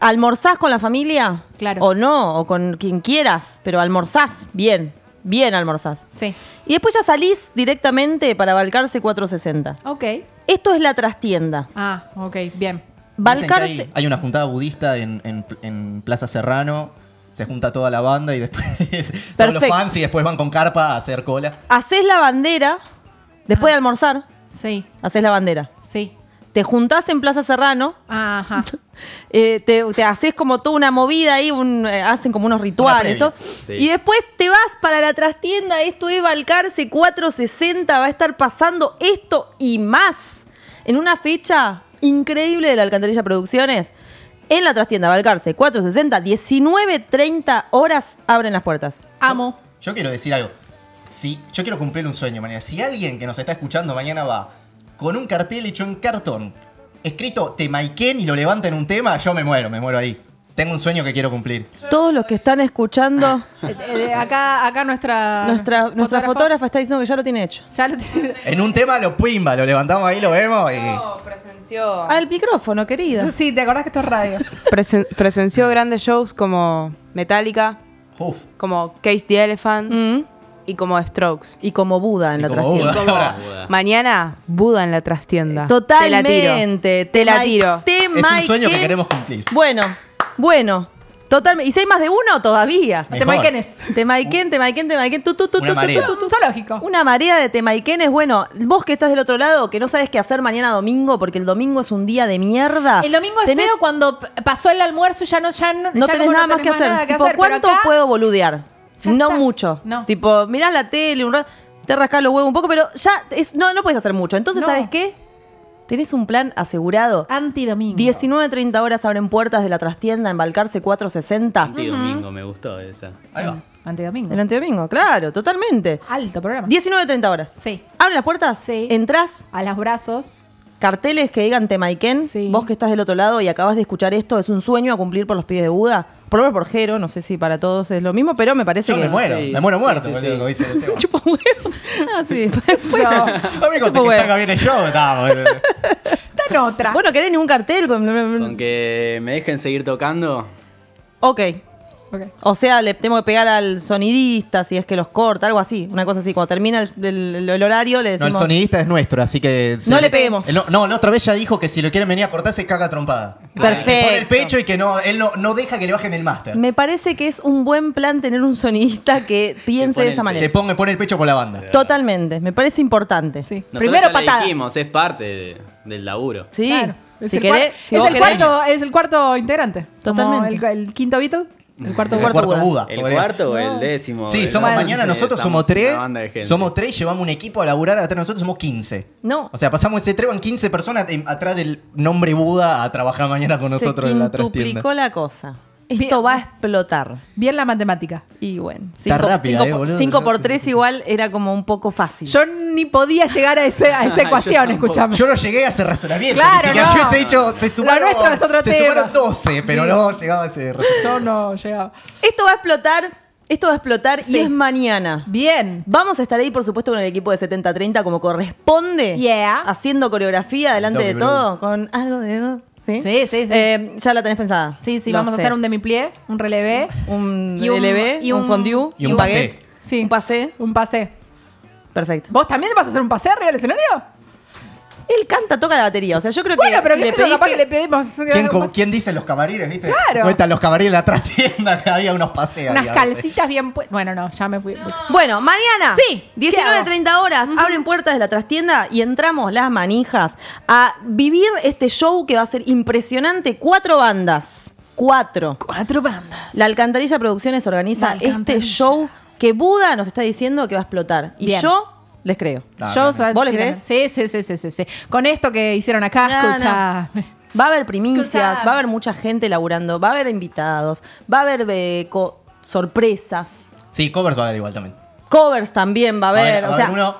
Speaker 2: almorzás con la familia.
Speaker 1: Claro.
Speaker 2: O no, o con quien quieras, pero almorzás bien. Bien almorzás.
Speaker 1: Sí.
Speaker 2: Y después ya salís directamente para Balcarce 460.
Speaker 1: Ok.
Speaker 2: Esto es la trastienda.
Speaker 1: Ah, ok, bien.
Speaker 4: Dicen que
Speaker 2: Balcarce.
Speaker 4: Hay, hay una juntada budista en, en- en Plaza Serrano. Se junta toda la banda y después [LAUGHS] todos los
Speaker 2: Perfecto.
Speaker 4: fans y después van con carpa a hacer cola.
Speaker 2: Haces la bandera, después de almorzar,
Speaker 1: Sí,
Speaker 2: haces la bandera.
Speaker 1: sí.
Speaker 2: Te juntás en Plaza Serrano, [LAUGHS]
Speaker 1: Ajá.
Speaker 2: eh, te, te haces como toda una movida ahí, un, eh, hacen como unos rituales.
Speaker 4: previa.
Speaker 2: todo.
Speaker 5: Sí.
Speaker 2: Y después te vas para la trastienda, esto es Balcarce 460, va a estar pasando esto y más en una fecha increíble de la Alcantarilla Producciones. En la trastienda, Balcarce 460, 19.30 horas abren las puertas.
Speaker 1: Amo.
Speaker 4: Yo quiero decir algo. Si, yo quiero cumplir un sueño mañana. Si alguien que nos está escuchando mañana va con un cartel hecho en cartón, escrito Te Maiken y lo levanta en un tema, yo me muero, me muero ahí. Tengo un sueño que quiero cumplir.
Speaker 2: Todos los que están escuchando,
Speaker 1: Eh, eh, acá, acá nuestra.
Speaker 2: nuestra, nuestra Ah. fotógrafa está diciendo que ya lo tiene hecho.
Speaker 1: Ya lo tiene-
Speaker 4: En un tema lo pimba, lo levantamos ahí, lo vemos y.
Speaker 2: Al micrófono, querida.
Speaker 1: Sí, te acordás que esto es radio.
Speaker 12: Presen- presenció grandes shows como Metallica,
Speaker 4: Uf.
Speaker 12: como Cage the Elephant
Speaker 2: Mm.
Speaker 12: y como Strokes.
Speaker 2: Y como Buda en la
Speaker 4: como
Speaker 2: trastienda.
Speaker 4: Buda. Ahora,
Speaker 12: Mañana, Buda en la trastienda.
Speaker 2: Totalmente.
Speaker 12: Te la tiro. Te
Speaker 2: Mike-
Speaker 12: la tiro.
Speaker 2: te
Speaker 4: es un sueño que
Speaker 2: Mike-
Speaker 4: queremos cumplir.
Speaker 2: Bueno, bueno. Totalmente. Y si hay más de uno todavía.
Speaker 4: Mejor. Temaiquenes.
Speaker 2: Temaiken, Temaiken, Temaiken. Tu, tu, tu,
Speaker 4: Una
Speaker 2: tu, tu,
Speaker 4: marea.
Speaker 2: tu, tu, tu. Una marea de Temaiquenes. Bueno, vos que estás del otro lado, que no sabes qué hacer mañana domingo, porque el domingo es un día de mierda.
Speaker 1: El domingo es
Speaker 2: Tenés-
Speaker 1: feo cuando p- pasó el almuerzo y ya no, ya no,
Speaker 2: No
Speaker 1: ya
Speaker 2: tenés
Speaker 1: como
Speaker 2: nada más que
Speaker 1: tenés
Speaker 2: hacer.
Speaker 1: nada
Speaker 2: Tipo,
Speaker 1: hacer, pero
Speaker 2: ¿cuánto
Speaker 1: acá-
Speaker 2: puedo boludear?
Speaker 1: Ya
Speaker 2: No
Speaker 1: está.
Speaker 2: mucho.
Speaker 1: No.
Speaker 2: Tipo, mirás la tele un rato, te rascás los huevos un poco, pero ya es, no, no puedes hacer mucho. Entonces,
Speaker 1: No.
Speaker 2: ¿sabes qué? Tenés un plan asegurado.
Speaker 1: Antidomingo.
Speaker 2: 19.30 horas abren puertas de la trastienda en Balcarce 460.
Speaker 5: Anti domingo, me gustó esa.
Speaker 4: Ahí va.
Speaker 1: Antidomingo.
Speaker 2: El antedomingo, claro, totalmente.
Speaker 1: Alto programa.
Speaker 2: 19.30 horas.
Speaker 1: Sí.
Speaker 2: ¿Abren las puertas?
Speaker 1: Sí.
Speaker 2: Entrás,
Speaker 1: A los brazos.
Speaker 2: carteles que digan Temaiken.
Speaker 1: Sí.
Speaker 2: Vos que estás del otro lado y acabas de escuchar esto, es un sueño a cumplir por los pies de Buda. Por lo menos por Jero, no sé si para todos es lo mismo, pero me parece
Speaker 4: Yo
Speaker 2: que.
Speaker 4: me muero,
Speaker 5: sí.
Speaker 4: me muero
Speaker 5: Sí,
Speaker 4: muerto,
Speaker 5: sí,
Speaker 4: boludo,
Speaker 5: sí.
Speaker 4: como dice [LAUGHS]
Speaker 2: [LAUGHS]
Speaker 4: Esteban.
Speaker 2: Chupa huevo. Ah, sí. [LAUGHS] Pues, pues,
Speaker 4: A mí me
Speaker 2: chupa
Speaker 4: conté que
Speaker 2: huevo.
Speaker 4: salga bien el show, está, boludo.
Speaker 1: Dan otra.
Speaker 2: Vos no querés ningún cartel. Con...
Speaker 5: Con que me dejen seguir tocando.
Speaker 2: Ok.
Speaker 1: Ok.
Speaker 2: O sea, le tengo que pegar al sonidista si es que los corta, algo así. Una cosa así. Cuando termina el, el- el horario, le
Speaker 4: No,
Speaker 2: decimos.
Speaker 4: el sonidista es nuestro, así que.
Speaker 2: No le peguemos.
Speaker 4: No, no, la otra vez ya dijo que si lo quieren venir a cortar se caga a trompada.
Speaker 2: Perfecto.
Speaker 4: Que pone el pecho y que no, él no, no deja que le bajen el máster.
Speaker 2: Me parece que es un buen plan tener un sonidista que piense
Speaker 5: pone
Speaker 2: de
Speaker 5: el
Speaker 2: esa
Speaker 4: [LAUGHS] Que
Speaker 2: manera.
Speaker 4: ponga, pone el pecho por la banda.
Speaker 2: Totalmente. Me parece importante.
Speaker 1: Sí.
Speaker 5: Nosotros
Speaker 1: Primero
Speaker 5: ya le
Speaker 1: patada.
Speaker 5: dijimos, es parte de- del laburo.
Speaker 2: Sí.
Speaker 1: Claro. Es
Speaker 2: Si
Speaker 1: el
Speaker 2: querés.
Speaker 1: cuar-
Speaker 2: si
Speaker 1: es,
Speaker 2: vos
Speaker 1: el
Speaker 2: querés.
Speaker 1: cuarto, es el cuarto integrante. Como
Speaker 2: Totalmente.
Speaker 1: El, cu- el quinto Beatle. El cuarto,
Speaker 4: El
Speaker 1: cuarto.
Speaker 4: cuarto Buda.
Speaker 5: ¿El
Speaker 4: podría-
Speaker 5: cuarto o el décimo?
Speaker 4: Sí,
Speaker 5: El
Speaker 4: somos
Speaker 5: once,
Speaker 4: mañana, nosotros
Speaker 5: estamos
Speaker 4: somos
Speaker 5: una
Speaker 4: tres.
Speaker 5: banda de gente.
Speaker 4: Somos tres, llevamos un equipo a laburar atrás, nosotros somos 15.
Speaker 2: No.
Speaker 4: O sea, pasamos ese treban 15 personas en- atrás del nombre Buda a trabajar mañana con nosotros
Speaker 2: Se
Speaker 4: en la
Speaker 2: quintuplicó
Speaker 4: trastienda.
Speaker 2: la cosa. Esto
Speaker 1: Bien.
Speaker 2: va a explotar.
Speaker 1: Bien la matemática.
Speaker 2: Y bueno,
Speaker 4: Está rápida, eh,
Speaker 2: por,
Speaker 4: boludo.
Speaker 2: 5 por 3 igual era como un poco fácil.
Speaker 1: Yo ni podía llegar a,
Speaker 2: [LAUGHS]
Speaker 1: ese, a esa
Speaker 5: Yo
Speaker 1: ecuación,
Speaker 5: tampoco.
Speaker 1: escúchame.
Speaker 4: Yo no llegué a ese razonamiento.
Speaker 1: Claro,
Speaker 4: ni siquiera
Speaker 1: no.
Speaker 4: yo hubiese dicho, se sumaron,
Speaker 1: nuestro es otro
Speaker 4: se
Speaker 1: tema.
Speaker 4: sumaron 12, pero no llegaba a ese razonamiento.
Speaker 1: Yo no llegaba.
Speaker 2: Esto va a explotar, esto va a explotar
Speaker 1: Sí.
Speaker 2: y es mañana.
Speaker 1: Bien.
Speaker 2: Vamos a estar ahí, por supuesto, con el equipo de 70-30 como corresponde.
Speaker 1: Yeah.
Speaker 2: Haciendo coreografía delante
Speaker 4: Doble
Speaker 2: de
Speaker 4: bro.
Speaker 2: todo, con algo de... ¿Sí?
Speaker 1: Sí, sí, sí.
Speaker 2: Eh, ya la tenés pensada.
Speaker 1: Sí, sí,
Speaker 2: Lo
Speaker 1: vamos
Speaker 2: sé.
Speaker 1: a hacer un demi-plié, un relevé.
Speaker 2: un
Speaker 1: y un-
Speaker 2: LB,
Speaker 1: y
Speaker 2: un,
Speaker 1: un-
Speaker 2: fondue,
Speaker 4: y un
Speaker 2: baguette,
Speaker 4: pasé.
Speaker 1: Sí.
Speaker 2: un pasé.
Speaker 1: Un pase.
Speaker 2: Perfecto.
Speaker 1: ¿Vos también vas a hacer un pase arriba del escenario?
Speaker 2: Él canta, toca la batería. O sea, yo creo
Speaker 1: Bueno,
Speaker 2: que
Speaker 1: pero
Speaker 2: si
Speaker 1: ¿qué
Speaker 2: le
Speaker 1: sé yo?
Speaker 2: pedís
Speaker 1: Capaz
Speaker 2: que-
Speaker 1: que le pedimos que
Speaker 4: ¿Quién,
Speaker 1: haga
Speaker 4: co-
Speaker 1: un pase.
Speaker 4: quién dicen los cabarines, viste?
Speaker 1: pues. Claro.
Speaker 4: Cuentan los cabarines de la trastienda, que había unos paseos.
Speaker 1: unas
Speaker 4: digamos.
Speaker 1: calcitas bien puestas. Bueno, no, ya me fui.
Speaker 2: Bueno, mañana.
Speaker 1: Sí, ¿qué
Speaker 2: 19.30 horas. Abren puertas de la trastienda y entramos las manijas a vivir este show que va a ser impresionante. Cuatro bandas. Cuatro.
Speaker 1: Cuatro bandas.
Speaker 2: La Alcantarilla Producciones organiza
Speaker 1: La Alcantarilla.
Speaker 2: este show que Buda nos está diciendo que va a explotar. Y
Speaker 1: Bien.
Speaker 2: yo les creo.
Speaker 4: No,
Speaker 1: Yo,
Speaker 4: no,
Speaker 1: ¿sabes?
Speaker 2: ¿Vos le crees?
Speaker 1: Sí, sí, sí, sí, sí, sí. Con esto que hicieron acá,
Speaker 2: No,
Speaker 1: escucha.
Speaker 2: no. Va a haber primicias,
Speaker 1: Escuchame.
Speaker 2: va a haber mucha gente laburando, va a haber invitados, va a haber eh, co- sorpresas,
Speaker 4: Sí, covers va a haber igual también.
Speaker 2: covers también va a
Speaker 4: Va a
Speaker 2: haber.
Speaker 4: haber-
Speaker 2: o
Speaker 4: va a
Speaker 2: sea,
Speaker 4: haber uno-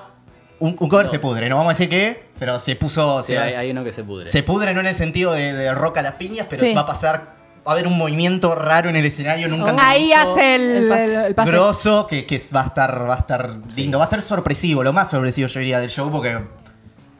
Speaker 4: un, un cover se pudre, no vamos a decir qué, pero se puso.
Speaker 5: Sí,
Speaker 4: se,
Speaker 5: hay, hay uno que se pudre.
Speaker 4: se pudre no en el sentido de, de roca a las piñas, pero
Speaker 2: Sí.
Speaker 4: va a pasar. Va a haber un movimiento raro en el escenario, nunca
Speaker 1: Ahí
Speaker 4: antes visto,
Speaker 1: hace el, el
Speaker 2: el
Speaker 1: pase.
Speaker 2: pase.
Speaker 4: Grosso, que, que va a estar, va a estar lindo. Va a ser sorpresivo, lo más sorpresivo yo diría del show, porque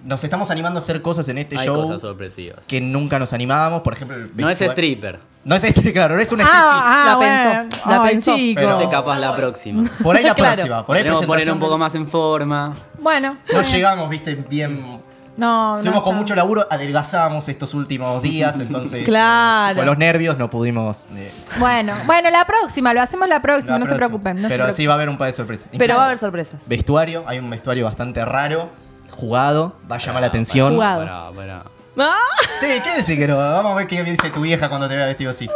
Speaker 4: nos estamos animando a hacer cosas en este
Speaker 5: hay
Speaker 4: show
Speaker 5: cosas sorpresivas.
Speaker 4: que nunca nos animábamos. Por ejemplo, el
Speaker 5: No es
Speaker 4: vestuario-
Speaker 5: stripper.
Speaker 4: No es stripper, claro, no es un striptease.
Speaker 1: Ah, ah,
Speaker 2: La
Speaker 1: bueno.
Speaker 2: pensó, la
Speaker 1: Ay,
Speaker 2: pensó.
Speaker 1: chico.
Speaker 4: Pero-
Speaker 5: No sé capaz la próxima.
Speaker 4: Por ahí
Speaker 1: [LAUGHS]
Speaker 4: la
Speaker 2: Claro.
Speaker 4: próxima, [LAUGHS] por ahí
Speaker 5: Podemos poner
Speaker 4: presentación
Speaker 5: un poco
Speaker 4: del-
Speaker 5: más en forma.
Speaker 1: Bueno.
Speaker 4: No
Speaker 1: bueno.
Speaker 4: llegamos, viste, bien.
Speaker 1: No, no.
Speaker 4: Estuvimos con
Speaker 1: está.
Speaker 4: mucho laburo, adelgazamos estos últimos días,
Speaker 1: [LAUGHS]
Speaker 4: entonces.
Speaker 2: Claro.
Speaker 4: eh, Con los nervios no pudimos. eh,
Speaker 1: Bueno, bueno, la próxima, lo hacemos la próxima,
Speaker 4: la
Speaker 1: no
Speaker 4: próxima.
Speaker 1: se preocupen. No se
Speaker 4: pero
Speaker 1: preocupen.
Speaker 4: sí va a haber un par de sorpresas.
Speaker 2: pero
Speaker 4: Incluso
Speaker 2: va a haber sorpresas.
Speaker 4: Vestuario, hay un vestuario bastante raro, jugado, va a llamar
Speaker 5: Ah,
Speaker 4: la atención.
Speaker 1: Jugado.
Speaker 5: Pará, pará.
Speaker 2: Ah,
Speaker 4: Sí, ¿qué decir que no? Vamos a ver qué dice tu vieja cuando te vea vestido así.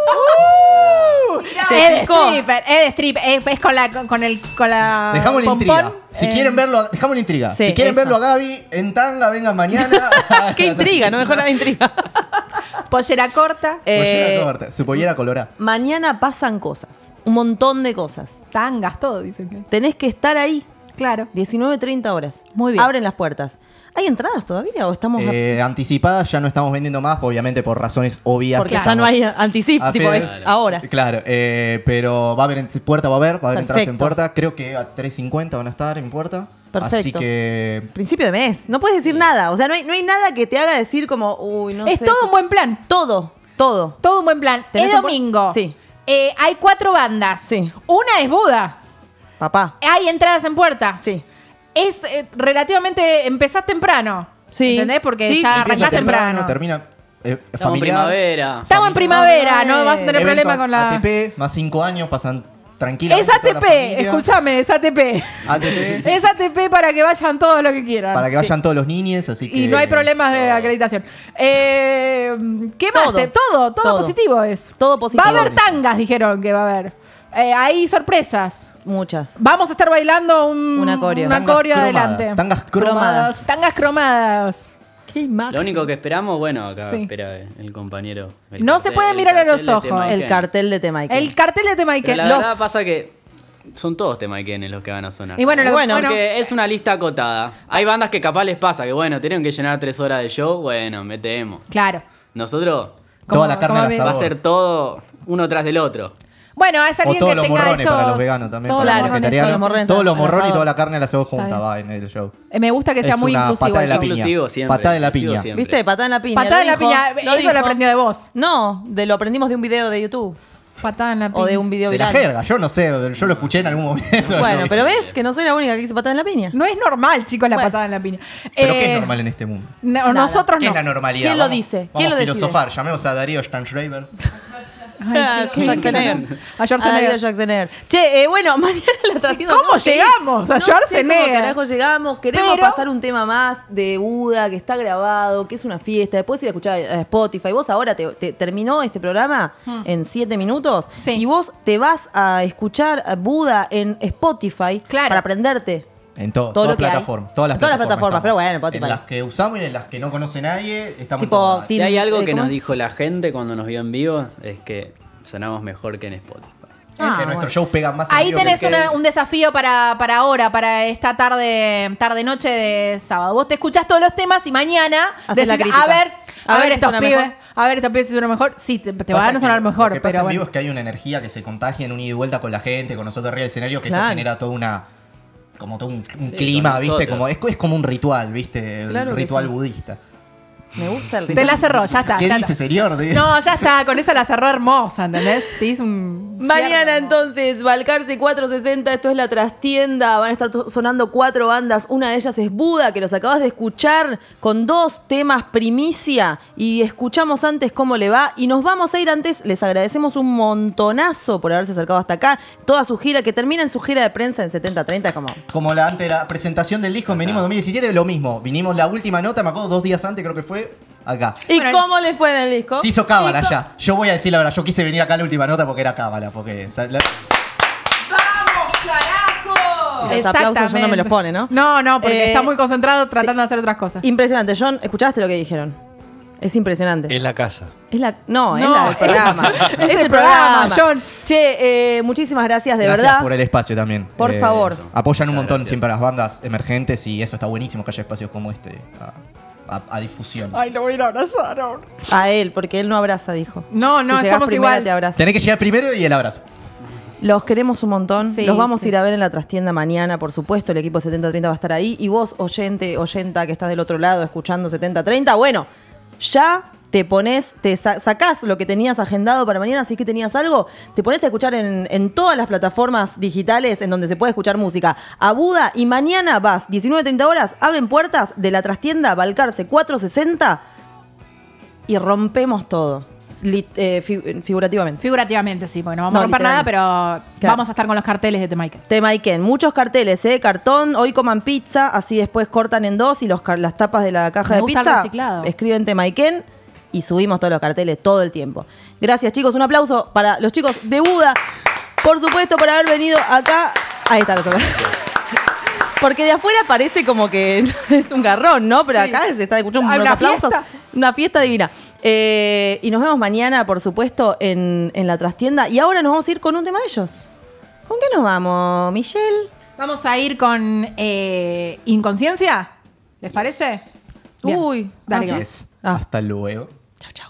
Speaker 2: Se
Speaker 1: Es de
Speaker 2: picó.
Speaker 1: stripper, es de strip, es, es con la con el con la
Speaker 4: Dejamos la
Speaker 1: pompón,
Speaker 4: intriga. Si
Speaker 1: eh,
Speaker 4: quieren verlo, dejamos la intriga.
Speaker 2: Ah, Sí,
Speaker 4: si quieren
Speaker 2: eso.
Speaker 4: verlo a Gaby en tanga, vengan mañana.
Speaker 2: [LAUGHS] ¡Qué intriga! No mejor la intriga.
Speaker 1: [LAUGHS] pollera corta,
Speaker 2: Eh,
Speaker 4: [LAUGHS] Pollera corta, su pollera colorada.
Speaker 2: mañana pasan cosas. Un montón de cosas.
Speaker 1: tangas, todo dicen que.
Speaker 2: Tenés que estar ahí.
Speaker 1: Claro.
Speaker 2: 19.30 horas.
Speaker 1: Muy bien.
Speaker 2: Abren las puertas. ¿Hay entradas todavía o estamos.? a-
Speaker 4: Eh, anticipadas ya no estamos vendiendo más, obviamente por razones obvias.
Speaker 2: Porque
Speaker 4: que
Speaker 2: ya no hay
Speaker 4: estamos-
Speaker 2: anticipo.
Speaker 4: Ah,
Speaker 2: Tipo, es
Speaker 4: pero-
Speaker 2: ahora.
Speaker 4: Claro, eh, pero va a haber en puerta, va a haber, va a haber entradas
Speaker 2: Perfecto.
Speaker 4: en puerta. Creo que a 3.50 van a estar en puerta. Así
Speaker 2: Perfecto.
Speaker 4: que
Speaker 2: Principio de mes. No puedes decir nada. O sea, no hay, no hay nada que te haga decir como. Uy, no
Speaker 1: es
Speaker 2: sé.
Speaker 1: todo un buen plan.
Speaker 2: Todo. Todo.
Speaker 1: Todo un buen plan.
Speaker 2: ¿Tenés
Speaker 1: Es
Speaker 2: un buen-
Speaker 1: domingo.
Speaker 2: Sí.
Speaker 1: Eh, hay cuatro bandas.
Speaker 2: Sí.
Speaker 1: Una es Buda.
Speaker 2: Papá.
Speaker 1: Hay entradas en puerta.
Speaker 2: Sí.
Speaker 1: Es eh, relativamente. Empezás temprano.
Speaker 2: Sí.
Speaker 1: ¿Entendés? Porque
Speaker 2: Sí,
Speaker 1: ya
Speaker 2: empieza
Speaker 1: arrancás
Speaker 4: empieza
Speaker 1: temprano.
Speaker 4: termina eh,
Speaker 5: Estamos en
Speaker 4: familiar.
Speaker 5: primavera.
Speaker 1: Estamos en primavera, no vas a tener
Speaker 4: Evento
Speaker 1: problema con la.
Speaker 4: ATP, más 5 años, pasan tranquilos.
Speaker 1: Es ATP, escúchame, es
Speaker 4: [LAUGHS]
Speaker 1: ATP. [LAUGHS]
Speaker 4: ATP,
Speaker 1: Es ATP para que vayan todos los que quieran.
Speaker 4: para que
Speaker 1: Sí.
Speaker 4: vayan todos los niños, así que...
Speaker 1: Y no hay problemas de acreditación. Eh, ¿Qué más?
Speaker 2: Todo.
Speaker 1: Te- Todo, todo,
Speaker 2: Todo.
Speaker 1: positivo es.
Speaker 2: Todo positivo.
Speaker 1: Va a haber tangas, dijeron que va a haber. Eh, hay sorpresas.
Speaker 2: Muchas.
Speaker 1: Vamos a estar bailando un-
Speaker 2: Una coreo.
Speaker 1: Una
Speaker 4: Tangas
Speaker 1: coreo
Speaker 4: cromadas,
Speaker 1: adelante.
Speaker 4: Tangas cromadas.
Speaker 1: Tangas cromadas.
Speaker 2: Qué imagen.
Speaker 5: Lo único que esperamos, bueno, acá
Speaker 1: Sí.
Speaker 5: espera el compañero. El
Speaker 1: No se puede
Speaker 5: el
Speaker 1: mirar a los
Speaker 5: cartel de
Speaker 1: ojos.
Speaker 5: Temaiken.
Speaker 2: El cartel de Temaiken.
Speaker 1: El cartel de Tema
Speaker 5: Pero
Speaker 1: Iken.
Speaker 5: la
Speaker 1: Los-
Speaker 5: verdad pasa que son todos Temaiquenes los que van a sonar.
Speaker 1: Y bueno, lo que-
Speaker 5: Porque
Speaker 1: bueno.
Speaker 5: es una lista acotada. Hay bandas que capaz les pasa que, bueno, tienen que llenar tres horas de show, bueno, metemos.
Speaker 1: Claro.
Speaker 5: Nosotros
Speaker 1: Como-
Speaker 4: Toda la carne
Speaker 1: como
Speaker 4: al
Speaker 1: bien.
Speaker 5: va
Speaker 4: asador.
Speaker 5: a ser todo uno tras del otro.
Speaker 1: Bueno, es alguien
Speaker 4: o todos
Speaker 1: que
Speaker 4: los
Speaker 1: tenga
Speaker 4: morrones
Speaker 1: hechos.
Speaker 4: para los veganos también.
Speaker 1: todos
Speaker 4: para
Speaker 1: los
Speaker 4: los
Speaker 1: morrones,
Speaker 4: vegetarianos.
Speaker 1: todos los morrones.
Speaker 4: Todos los
Speaker 2: al
Speaker 4: morrones y
Speaker 2: asado.
Speaker 4: toda la carne al asado
Speaker 1: Está
Speaker 4: junta
Speaker 1: bien.
Speaker 4: va en el show.
Speaker 1: Eh, Me gusta que sea
Speaker 4: Es
Speaker 1: muy
Speaker 4: una
Speaker 1: inclusivo.
Speaker 4: patada
Speaker 1: el
Speaker 4: de la
Speaker 1: show.
Speaker 4: piña.
Speaker 5: Inclusivo siempre.
Speaker 4: Patada de la
Speaker 5: inclusivo
Speaker 4: piña.
Speaker 5: siempre.
Speaker 2: ¿Viste? Patada en la piña.
Speaker 1: Patada
Speaker 2: lo
Speaker 1: en la
Speaker 2: dijo,
Speaker 1: piña, eh, eso lo
Speaker 2: dijo.
Speaker 1: aprendió de vos.
Speaker 2: No, de lo aprendimos de un video de YouTube
Speaker 1: Patada en la piña.
Speaker 2: o de un video
Speaker 4: De la
Speaker 2: viral.
Speaker 4: jerga, yo no sé, yo lo escuché en algún momento. [LAUGHS]
Speaker 2: Bueno, pero ves que no soy la única que dice patada en la piña.
Speaker 1: No es normal, chicos, la
Speaker 2: Bueno.
Speaker 1: patada en la piña.
Speaker 4: ¿Pero
Speaker 1: Eh,
Speaker 4: qué es normal en este mundo?
Speaker 1: no,
Speaker 2: Nada.
Speaker 1: nosotros
Speaker 4: ¿Qué
Speaker 1: no.
Speaker 4: es la normalidad?
Speaker 2: ¿Quién lo
Speaker 4: Vamos-
Speaker 2: dice?
Speaker 4: Vamos
Speaker 2: ¿Quién lo
Speaker 4: a
Speaker 2: decide?
Speaker 4: filosofar, llamemos a Darío Stanschreiber.
Speaker 2: Ah,
Speaker 1: qué
Speaker 2: Schwarzenegger.
Speaker 1: lindo. A Schwarzenegger.
Speaker 2: Darío Schwarzenegger. Che, eh, bueno, [LAUGHS] mañana la tratienda.
Speaker 1: ¿cómo
Speaker 2: no sé-
Speaker 1: llegamos a
Speaker 2: no sé
Speaker 1: Schwarzenegger?
Speaker 2: cómo carajo llegamos. Queremos
Speaker 1: Pero-
Speaker 2: pasar un tema más de Buda que está grabado, que es una fiesta. Después ir a escuchar a Spotify. Vos ahora te, te- terminó este programa en siete minutos
Speaker 1: Hmm. Sí.
Speaker 2: y vos te vas a escuchar a Buda en Spotify
Speaker 1: Claro.
Speaker 2: para aprenderte.
Speaker 4: En todo,
Speaker 2: Todo
Speaker 4: todas
Speaker 2: lo que hay.
Speaker 4: plataformas, todas las
Speaker 2: Todas las plataformas,
Speaker 4: plataformas.
Speaker 2: pero bueno,
Speaker 4: estamos.
Speaker 2: Spotify.
Speaker 4: En las que usamos y en las que no conoce nadie,
Speaker 2: Tipo,
Speaker 4: estamos en todas.
Speaker 2: sí.
Speaker 5: Si hay algo
Speaker 2: eh,
Speaker 5: que
Speaker 2: ¿cómo
Speaker 5: nos
Speaker 2: es?
Speaker 5: dijo la gente cuando nos vio en vivo es que sonamos mejor que en Spotify.
Speaker 2: Ah,
Speaker 4: Es que nuestros shows pegan más en
Speaker 1: Ahí
Speaker 4: vivo
Speaker 1: tenés
Speaker 4: que en
Speaker 1: una- un desafío para, para ahora, para esta tarde, tarde noche de sábado. Vos te escuchás todos los temas y mañana
Speaker 2: Hacés la
Speaker 1: decís,
Speaker 2: crítica.
Speaker 1: a ver, a,
Speaker 2: A
Speaker 1: ver,
Speaker 2: ver si
Speaker 1: estos
Speaker 2: suena
Speaker 1: pibes,
Speaker 2: mejor.
Speaker 1: a ver estos pibes si suena mejor. Sí, te, te van
Speaker 4: Pasa
Speaker 1: a sonar
Speaker 4: que lo-
Speaker 1: mejor,
Speaker 4: Lo que pasa
Speaker 1: pero
Speaker 4: en vivo
Speaker 1: bueno.
Speaker 4: es que hay una energía que se contagia en un ida y vuelta con la gente, con nosotros arriba del escenario, que
Speaker 2: Claro.
Speaker 4: eso genera toda una. Como todo un, un
Speaker 5: Sí,
Speaker 4: clima,
Speaker 5: con
Speaker 4: ¿viste?
Speaker 5: nosotros.
Speaker 4: Como, es, es como un ritual, ¿viste? El
Speaker 2: Claro que
Speaker 4: ritual
Speaker 2: sí.
Speaker 4: budista.
Speaker 2: Me gusta el
Speaker 1: Te la cerró, ya está.
Speaker 4: ¿Qué eh?
Speaker 1: ya
Speaker 4: dice,
Speaker 1: está.
Speaker 2: [LAUGHS]
Speaker 4: señor?
Speaker 1: No, ya está, con esa la cerró hermosa, ¿entendés? Te hizo un.
Speaker 2: Mañana
Speaker 1: cierre,
Speaker 2: entonces, Balcarce 460, esto es la trastienda, van a estar to- sonando cuatro bandas, una de ellas es Buda, que los acabas de escuchar con dos temas primicia y escuchamos antes cómo le va y nos vamos a ir antes, les agradecemos un montonazo por haberse acercado hasta acá, toda su gira, que termina en su gira de prensa en 70-30 como...
Speaker 4: Como la antes de la presentación del disco, venimos 2017, lo mismo. Vinimos la última nota, me acuerdo, dos días antes, creo que fue, acá.
Speaker 2: ¿Y
Speaker 1: Bueno,
Speaker 2: cómo le fue en el disco?
Speaker 4: Se hizo cábala ya. Yo voy a decir la verdad, yo quise venir acá a la última nota porque era cábala, porque sa- la-
Speaker 2: Y Los aplausos yo no me los pone, ¿no?
Speaker 1: No, no, porque
Speaker 2: Eh,
Speaker 1: está muy concentrado tratando de hacer otras cosas.
Speaker 2: Impresionante, John, ¿escuchaste lo que dijeron? Es impresionante.
Speaker 3: Es la casa.
Speaker 2: Es la, no, [LAUGHS] es
Speaker 1: No,
Speaker 2: la del programa.
Speaker 1: es el programa, John.
Speaker 2: Che, eh, muchísimas gracias, de
Speaker 4: Gracias
Speaker 2: verdad.
Speaker 4: por el espacio también. Eh,
Speaker 2: Por favor.
Speaker 4: Apoyan un
Speaker 5: Muchas
Speaker 4: montón
Speaker 5: gracias.
Speaker 4: siempre a las bandas emergentes y eso está buenísimo que haya espacios como este a, a- a difusión.
Speaker 1: lo voy a ir a abrazar ahora.
Speaker 2: A él, porque él no abraza, dijo.
Speaker 1: No, no,
Speaker 2: si llegás
Speaker 1: somos
Speaker 2: primera,
Speaker 1: igual.
Speaker 2: Te abraza.
Speaker 4: Tenés que llegar primero y el abrazo.
Speaker 2: Los queremos un montón.
Speaker 1: Sí,
Speaker 2: Los vamos
Speaker 1: sí.
Speaker 2: a ir a ver en la trastienda mañana, por supuesto. El equipo 7030 va a estar ahí. Y vos, oyente, oyenta que estás del otro lado escuchando 7030, bueno, ya te pones, te sa- sacás lo que tenías agendado para mañana, si es que tenías algo, te pones a escuchar en, en todas las plataformas digitales en donde se puede escuchar música. A Buda y mañana vas, 19.30 horas, abren puertas de la trastienda Balcarce 460 y rompemos todo, lit- eh, fi- figurativamente.
Speaker 1: Figurativamente, sí, porque no vamos
Speaker 2: No,
Speaker 1: a romper nada, pero
Speaker 2: Claro.
Speaker 1: vamos a estar con los carteles de Temaiken.
Speaker 2: Tema Iken, muchos carteles, ¿eh? Cartón, hoy coman pizza, así después cortan en dos y los car- las tapas de la caja
Speaker 1: Me
Speaker 2: de
Speaker 1: gusta el
Speaker 2: pizza.
Speaker 1: reciclado.
Speaker 2: Escriben Tema Iken y subimos todos los carteles todo el tiempo. Gracias, chicos. Un aplauso para los chicos de Buda, por supuesto, por haber venido acá. Ahí está, lo sacaron. [LAUGHS] Porque de afuera parece como que [LAUGHS] es un garrón, ¿no? Pero acá se está escuchando
Speaker 1: Hay
Speaker 2: unos
Speaker 1: una
Speaker 2: aplausos.
Speaker 1: fiesta.
Speaker 2: Una fiesta divina. Eh, y nos vemos mañana, por supuesto, en, en la trastienda. Y ahora nos vamos a ir con un tema de ellos. ¿Con qué nos vamos, Michelle?
Speaker 1: Vamos a ir con eh, Inconsciencia, ¿les parece? Bien.
Speaker 2: Uy,
Speaker 1: Dale,
Speaker 2: así
Speaker 1: que va.
Speaker 4: Es.
Speaker 2: Ah.
Speaker 4: Hasta luego.
Speaker 2: Chau, chau.